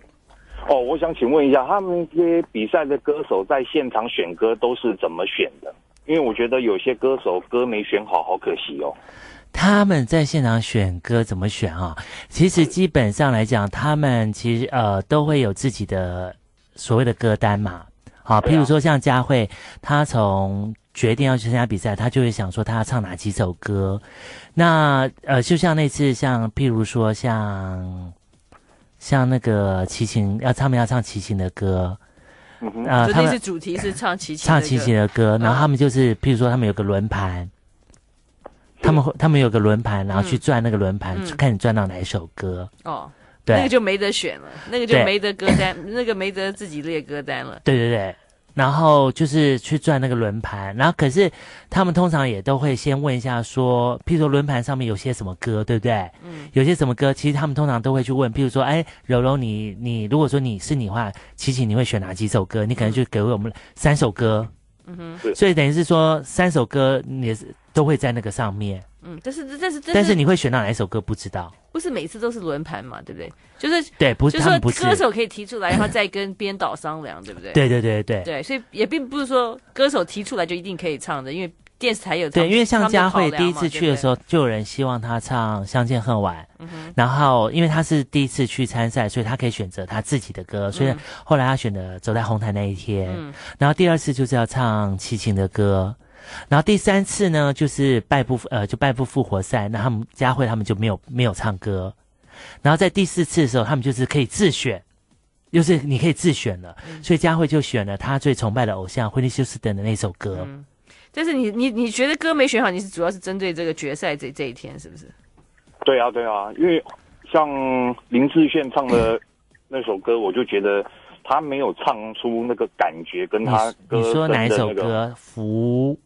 Speaker 8: 哦，我想请问一下，他们这些比赛的歌手在现场选歌都是怎么选的？因为我觉得有些歌手歌没选好，好可惜哦。
Speaker 3: 他们在现场选歌怎么选啊？其实基本上来讲，他们其实呃都会有自己的所谓的歌单嘛。好，譬如说像佳慧，她从决定要去参加比赛，她就会想说她要唱哪几首歌。那呃，就像那次，像譬如说像像那个齐秦，要他们要唱齐秦的歌，啊、
Speaker 4: 所以
Speaker 3: 他
Speaker 4: 这
Speaker 3: 们
Speaker 4: 次主题是唱齐秦，
Speaker 3: 唱齐秦，的歌，然后他们就是，譬如说他们有个轮盘，他们会他们有个轮盘，然后去转那个轮盘，
Speaker 4: 嗯
Speaker 3: 就看你转到哪一首歌。
Speaker 4: 哦，
Speaker 3: 对，
Speaker 4: 那个就没得选了，那个就
Speaker 3: 对
Speaker 4: 没得歌单， [LAUGHS] 那个没得自己列歌单了。
Speaker 3: 对对对，然后就是去转那个轮盘，然后可是他们通常也都会先问一下说，譬如说轮盘上面有些什么歌，对不对？嗯，有些什么歌，其实他们通常都会去问，譬如说，哎，柔柔你你如果说你是你的话，琪琪你会选哪几首歌？你可能就给我们三首歌。嗯哼，
Speaker 8: 是
Speaker 3: 所以等于是说三首歌你也是都会在那个上面，
Speaker 4: 嗯，但是但是
Speaker 3: 但是你会选到哪一首歌不知道。
Speaker 4: 不是每次都是轮盘嘛，对不对？就是
Speaker 3: 对，不是
Speaker 4: 就是
Speaker 3: 他
Speaker 4: 说
Speaker 3: 们不是，
Speaker 4: 歌手可以提出来，然后再跟编导商量，对不对？
Speaker 3: 对对对对
Speaker 4: 对，所以也并不是说歌手提出来就一定可以唱的，因为电视台有
Speaker 3: 对，因为像佳慧第一次去的时
Speaker 4: 候，
Speaker 3: 候，就有人希望她唱《相见恨晚》，然后因为她是第一次去参赛，所以她可以选择她自己的歌，所以后来她选择《走在红毯那一天》然后第二次就是要唱齐秦的歌。然后第三次呢，就是败部呃，就败部复活赛，那他们佳慧他们就没有没有唱歌。然后在第四次的时候，他们就是可以自选，就是你可以自选了，所以佳慧就选了她最崇拜的偶像惠利休斯顿的那首歌。
Speaker 4: 但是你你你觉得歌没选好，你是主要是针对这个决赛这这一天，是不是？
Speaker 8: 对啊，对啊，因为像林志炫唱的那首歌，我就觉得他没有唱出那个感觉，跟
Speaker 3: 你
Speaker 8: 他歌
Speaker 3: 你说
Speaker 8: 声的
Speaker 3: 哪一首
Speaker 8: 那个？
Speaker 3: 歌？浮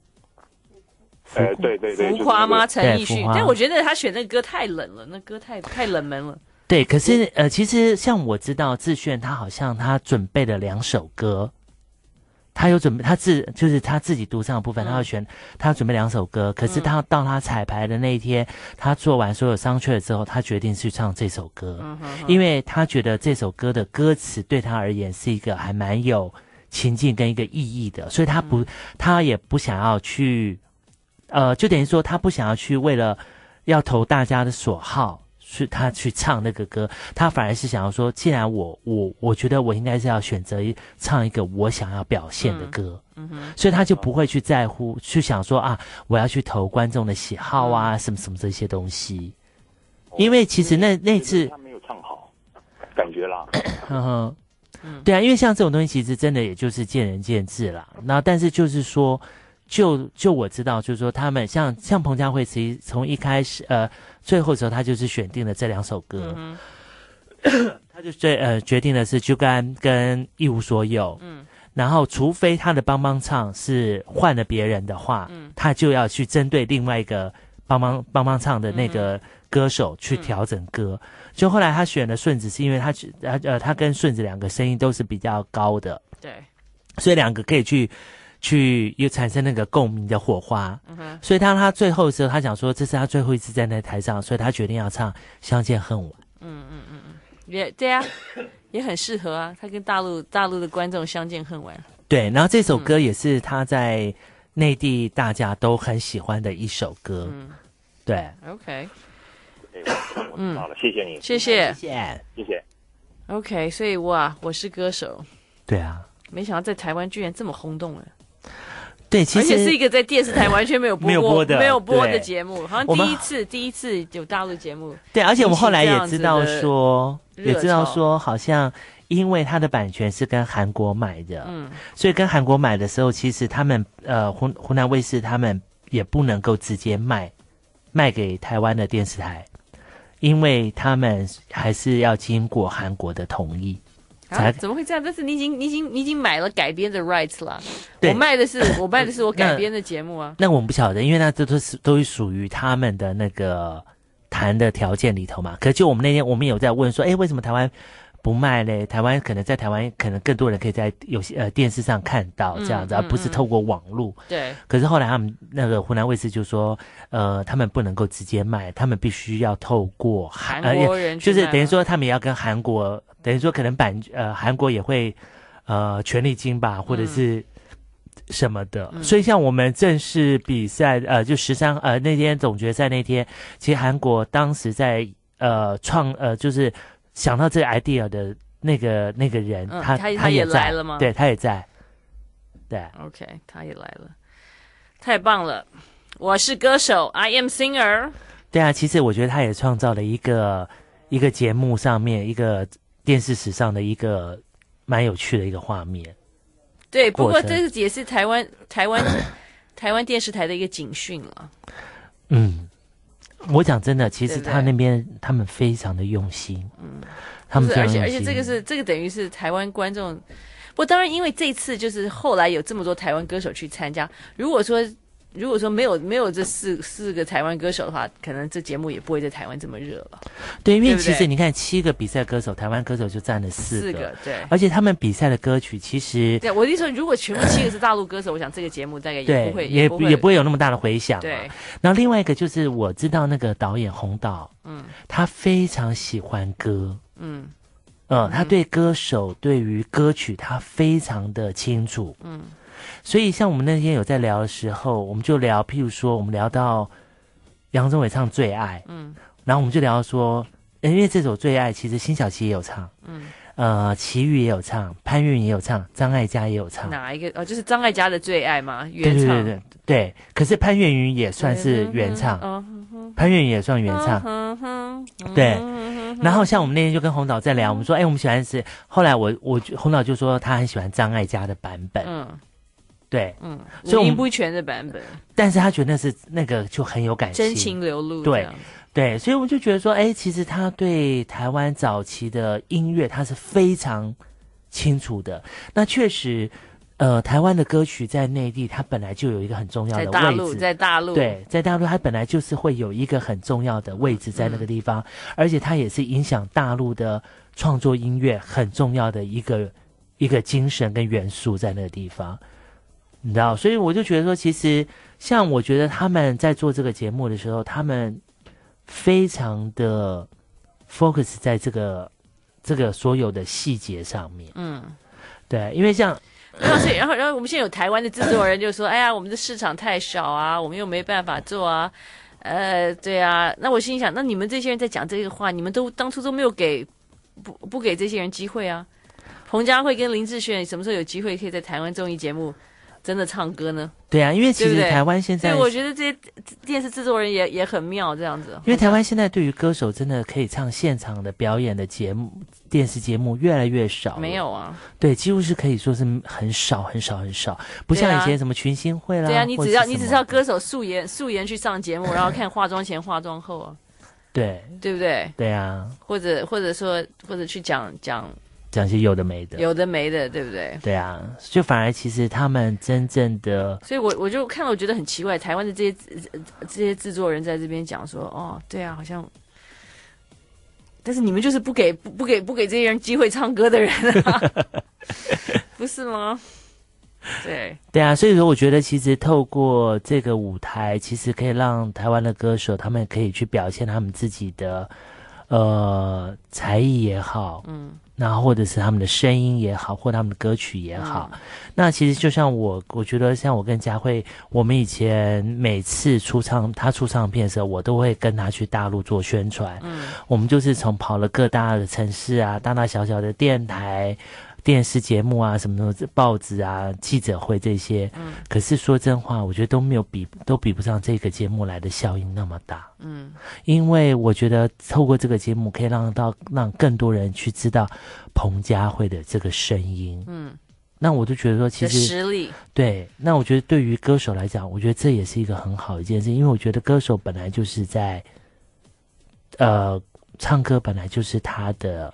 Speaker 3: 浮
Speaker 8: 哎，对对对，
Speaker 4: 浮夸吗？
Speaker 8: 就是
Speaker 4: 陈奕
Speaker 3: 对
Speaker 4: 迅
Speaker 3: 浮夸？
Speaker 4: 但我觉得他选那个歌太冷了，那歌太太冷门了。
Speaker 3: 对，可是呃，其实像我知道志炫，他好像他准备了两首歌，他有准备，他自就是他自己独唱的部
Speaker 8: 嗯
Speaker 3: 分，他要选，他要准备两首歌。可是他到他彩排的那一天，他做完所有商榷之后，他决定去唱这首歌，
Speaker 4: 嗯
Speaker 3: 因为他觉得这首歌的歌词对他而言是一个还蛮有情境跟一个意义的，所以他不，他也不想要去，呃，就等于说他不想要去为了。要投大家的所好，去他去唱那个歌，他反而是想要说，既然我我我觉得我应该是要选择一唱一个我想要表现的歌，嗯所以他就不会去在乎，去想说啊，我要去投观众的喜好啊，什么什么这些东西，因为其实那那
Speaker 8: 就是
Speaker 3: 次 [COUGHS]
Speaker 8: 他，没有唱好，感觉啦。哎
Speaker 3: 嗯哼，对啊，因为像这种东西，其实真的也就是见仁见智啦。那但是就是说，就就我知道，就是说他们像像彭佳慧，其实从一开始呃最后的时候，他就是选定了这两首
Speaker 4: 嗯
Speaker 3: 歌，他就最呃决定的是《就干》跟《一无所有》。嗯，然后除非他的帮帮唱是换了别人的话，他就要去针对另外一个帮帮帮帮唱的那个歌手去调整歌。就后来他选了顺子，是因为他去他呃他跟顺子两个声音都是比较高的，
Speaker 4: 对，
Speaker 3: 所以两个可以去去又产生那个共鸣的火花。所以当他最后的时候，他想说这是他最后一次站在台上，所以他决定要唱《相见恨晚》。
Speaker 4: 也对
Speaker 3: [LAUGHS]
Speaker 4: 啊，也很适合啊。他跟大陆大陆的观众相见恨晚，
Speaker 3: 对，然后这
Speaker 4: 嗯
Speaker 3: 首歌也是他在内地大家都很喜欢的一首歌。
Speaker 4: 嗯
Speaker 3: 对，
Speaker 4: OK，
Speaker 8: 哎我我知道了，谢谢你，
Speaker 4: 谢谢
Speaker 3: 嗯谢谢。
Speaker 8: 谢谢。
Speaker 4: OK，所以哇，我是歌手，
Speaker 3: 对啊，
Speaker 4: 没想到在台湾居然这么轰动了，
Speaker 3: 对，其
Speaker 4: 而
Speaker 3: 实
Speaker 4: 且是一个在电视台完全没有播
Speaker 3: 没有
Speaker 4: 过
Speaker 3: 播的
Speaker 4: 没有播
Speaker 3: 对
Speaker 4: 的节目，好像
Speaker 3: 我们
Speaker 4: 第一次第一次有大陆节目，
Speaker 3: 对，而且我们后来也知道
Speaker 4: 引起这样子的
Speaker 3: 说，
Speaker 4: 热
Speaker 3: 也知道
Speaker 4: 潮
Speaker 3: 说，好像因为它的版权是跟韩国买的，
Speaker 4: 嗯
Speaker 3: 所以跟韩国买的时候，其实他们呃湖湖南卫视他们也不能够直接卖卖给台湾的电视台，因为他们还是要经过韩国的同意。才
Speaker 4: 啊，怎么会这样？但是你已经你已经你已经买了改编的 rights 了，
Speaker 3: 对
Speaker 4: 我卖的是我卖的
Speaker 3: [LAUGHS]
Speaker 4: 是我改编的节目啊，
Speaker 3: 那我们不晓得，因为那这都是都是属于他们的那个谈的条件里头嘛。可就我们那天，我们有在问说，哎，为什么台湾不卖嘞？台湾可能在台湾，可能更多人可以在有些呃电视上看到这样
Speaker 4: 嗯
Speaker 3: 子，而不是透过网络。
Speaker 4: 对，
Speaker 3: 可是后来他们那个湖南卫视就说，呃，他们不能够直接卖，他们必须要透过韩
Speaker 4: 韩国
Speaker 3: 呃
Speaker 4: 人去
Speaker 3: 就是
Speaker 4: 卖
Speaker 3: 等于
Speaker 4: 吗
Speaker 3: 说他们也要跟韩国，等于说可能版呃韩国也会呃权利金
Speaker 4: 嗯
Speaker 3: 吧，或者是什么的。所以像我们正式比赛，呃，就十三呃那天总决赛那天，其实韩国当时在呃创呃就是想到这个 idea 的那个那个人，
Speaker 4: 嗯
Speaker 3: 他
Speaker 4: 他他
Speaker 3: 也
Speaker 4: 也来
Speaker 3: 在
Speaker 4: 了吗
Speaker 3: 对他也在，对。
Speaker 4: OK，他也来了，太棒了！我是歌手，I am singer。
Speaker 3: 对啊，其实我觉得他也创造了一个一个节目上面一个电视史上的一个蛮有趣的一个画面。
Speaker 4: 对，不
Speaker 3: 过
Speaker 4: 过
Speaker 3: 程
Speaker 4: 这也是台湾 [COUGHS] 台湾台湾电视台的一个警讯了。
Speaker 3: 嗯，我讲真的，其实
Speaker 4: 对不对
Speaker 3: 他那边他们非常的用心，嗯，他
Speaker 4: 不
Speaker 3: 们
Speaker 4: 是，
Speaker 3: 非
Speaker 4: 而
Speaker 3: 常用
Speaker 4: 且而
Speaker 3: 心。
Speaker 4: 且这个是这个等于是台湾观众，不过当然因为这次就是后来有这么多台湾歌手去参加，如果说如果说没有没有这四四个台湾歌手的话，可能这节目也不会在台湾这么热了。
Speaker 3: 对，因
Speaker 4: 对
Speaker 3: 为
Speaker 4: 不
Speaker 3: 其实
Speaker 4: 对
Speaker 3: 你看七个比赛歌手，台湾歌手就占了四
Speaker 4: 四
Speaker 3: 个，
Speaker 4: 个对。
Speaker 3: 而且他们比赛的歌曲其实
Speaker 4: 对，我的意思说，如果全部七个是大陆歌手，我想这个节目大概也
Speaker 3: 对
Speaker 4: 不会，
Speaker 3: 也
Speaker 4: 不
Speaker 3: 不也不
Speaker 4: 会
Speaker 3: 会有那么大的回响、啊。
Speaker 4: 对，
Speaker 3: 然后另外一个就是我知道那个导演洪导，嗯，他非常喜欢歌，嗯，呃，他对歌手对于歌曲他非常的清楚，嗯，所以像我们那天有在聊的时候，我们就聊，譬如说我们聊到杨宗纬唱《最爱》，嗯，然后我们就聊说，呃因为这首《最爱》其实辛晓琪也有唱，嗯。呃，齐豫也有唱，潘越云也有唱，张艾嘉也有唱，
Speaker 4: 哪一个哦，就是张艾嘉的最爱嘛，
Speaker 3: 嗯对
Speaker 4: 原
Speaker 3: 对对
Speaker 4: 唱。
Speaker 3: 对对。可是潘越云也算是原唱，潘越云也算原唱，
Speaker 4: 哦嗯哼，嗯
Speaker 3: 对。然后像我们那天就跟洪导在聊，我们说，哎，我们喜欢是后来我我洪导就说他很喜欢张艾嘉的版本，
Speaker 4: 嗯
Speaker 3: 对，
Speaker 4: 嗯，
Speaker 3: 所以我
Speaker 4: 五
Speaker 3: 们
Speaker 4: 音不全的版本，
Speaker 3: 但是他觉得那是那个就很有感
Speaker 4: 真情流露这
Speaker 3: 对
Speaker 4: 样。
Speaker 3: 对，所以我们就觉得说，哎，其实他对台湾早期的音乐他是非常清楚的。那确实，呃，台湾的歌曲在内地它本来就有一个很重要
Speaker 4: 在
Speaker 3: 的
Speaker 4: 大
Speaker 3: 位
Speaker 4: 陆，
Speaker 3: 置，
Speaker 4: 在大陆，
Speaker 3: 对，在大陆它本来就是会有一个很重要的位置在那
Speaker 4: 嗯
Speaker 3: 个地方，而且它也是影响大陆的创作音乐很重要的一个一个精神跟元素在那个地方，你知道，所以我就觉得说，其实像我觉得他们在做这个节目的时候，他们非常的 focus 在这个这个所有的细节上面，嗯，对，因为像
Speaker 4: 然后所以然后然后我们现在有台湾的制作人就说，哎呀，我们的市场太小啊，我们又没办法做啊。呃，对啊，那我心里想，那你们这些人在讲这个话，你们都当初都没有给不不给这些人机会啊？彭佳慧跟林志炫什么时候有机会可以在台湾综艺节目真的唱歌呢？
Speaker 3: 对啊，因为其
Speaker 4: 对不
Speaker 3: 实
Speaker 4: 对
Speaker 3: 台湾现在
Speaker 4: 对，我觉得这些电视制作人也也很妙，这样子。
Speaker 3: 因为台湾现在对于歌手真的可以唱现场的表演的节目、电视节目越来越少，
Speaker 4: 没，有啊，
Speaker 3: 对，几乎是可以说是很少、很少、很少，不
Speaker 4: 对啊
Speaker 3: 像以前什么群星会啦，
Speaker 4: 对啊，你
Speaker 3: 或
Speaker 4: 只
Speaker 3: 者
Speaker 4: 要
Speaker 3: 是
Speaker 4: 你
Speaker 3: 什
Speaker 4: 只
Speaker 3: 么
Speaker 4: 是要歌手素颜素颜去上节目，然后看化妆前化妆后啊，
Speaker 3: 对
Speaker 4: 对不对？
Speaker 3: 对啊，
Speaker 4: 或者或者说或者去讲讲
Speaker 3: 讲些有的没的，
Speaker 4: 有的没的，对不对？
Speaker 3: 对啊，就反而其实他们真正的
Speaker 4: 所以我我就看了，我觉得很奇怪，台湾的这些呃这些制作人在这边讲说，哦，对啊，好像。但是你们就是不给不不给不给这些人机会唱歌的人
Speaker 3: [LAUGHS]
Speaker 4: 啊，不是吗？对，
Speaker 3: 对啊，所以说我觉得其实透过这个舞台，其实可以让台湾的歌手他们可以去表现他们自己的呃才艺也好，
Speaker 4: 嗯，
Speaker 3: 那或者是他们的声音也好，或他们的歌曲也好。那其实就像我，我觉得像我跟佳慧，我们以前每次出唱她出唱片的时候，我都会跟她去大陆做宣传。嗯，我们就是从跑了各大的城市啊，大大小小的电台。电视节目啊，什么什么报纸啊，记者会这些，嗯，可是说真话，我觉得都没有比都比不上这个节目来的效应那么大，
Speaker 4: 嗯，
Speaker 3: 因为我觉得透过这个节目，可以让到让更多人去知道彭佳慧的这个声音，
Speaker 4: 嗯，
Speaker 3: 那我就觉得说，其
Speaker 4: 的
Speaker 3: 实
Speaker 4: 实力，
Speaker 3: 对，那我觉得对于歌手来讲，我觉得这也是一个很好的一件事，因为我觉得歌手本来就是在，呃，唱歌本来就是他的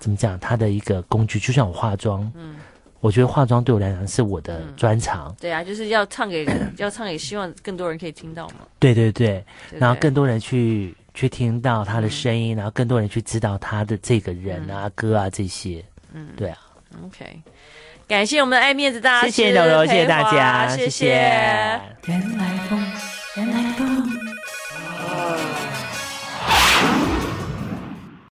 Speaker 3: 怎么讲，他的一个工具，就像我化妆，嗯，我觉得化妆对我来讲是我的专长，
Speaker 4: 对啊，就是要唱给 [COUGHS] 要唱给希望更多人可以听到嘛，
Speaker 3: 对对对，
Speaker 4: 对不对
Speaker 3: 然后更多人去去听到他的声音，然后更多人去知道他的这个人啊、歌啊这些，嗯，对啊，
Speaker 4: OK，感谢我们的爱面子大师
Speaker 3: 谢
Speaker 4: 裴华，
Speaker 3: 谢柔柔，谢谢大家，
Speaker 4: 谢
Speaker 3: 谢
Speaker 4: 谢
Speaker 5: 原来风，原来风。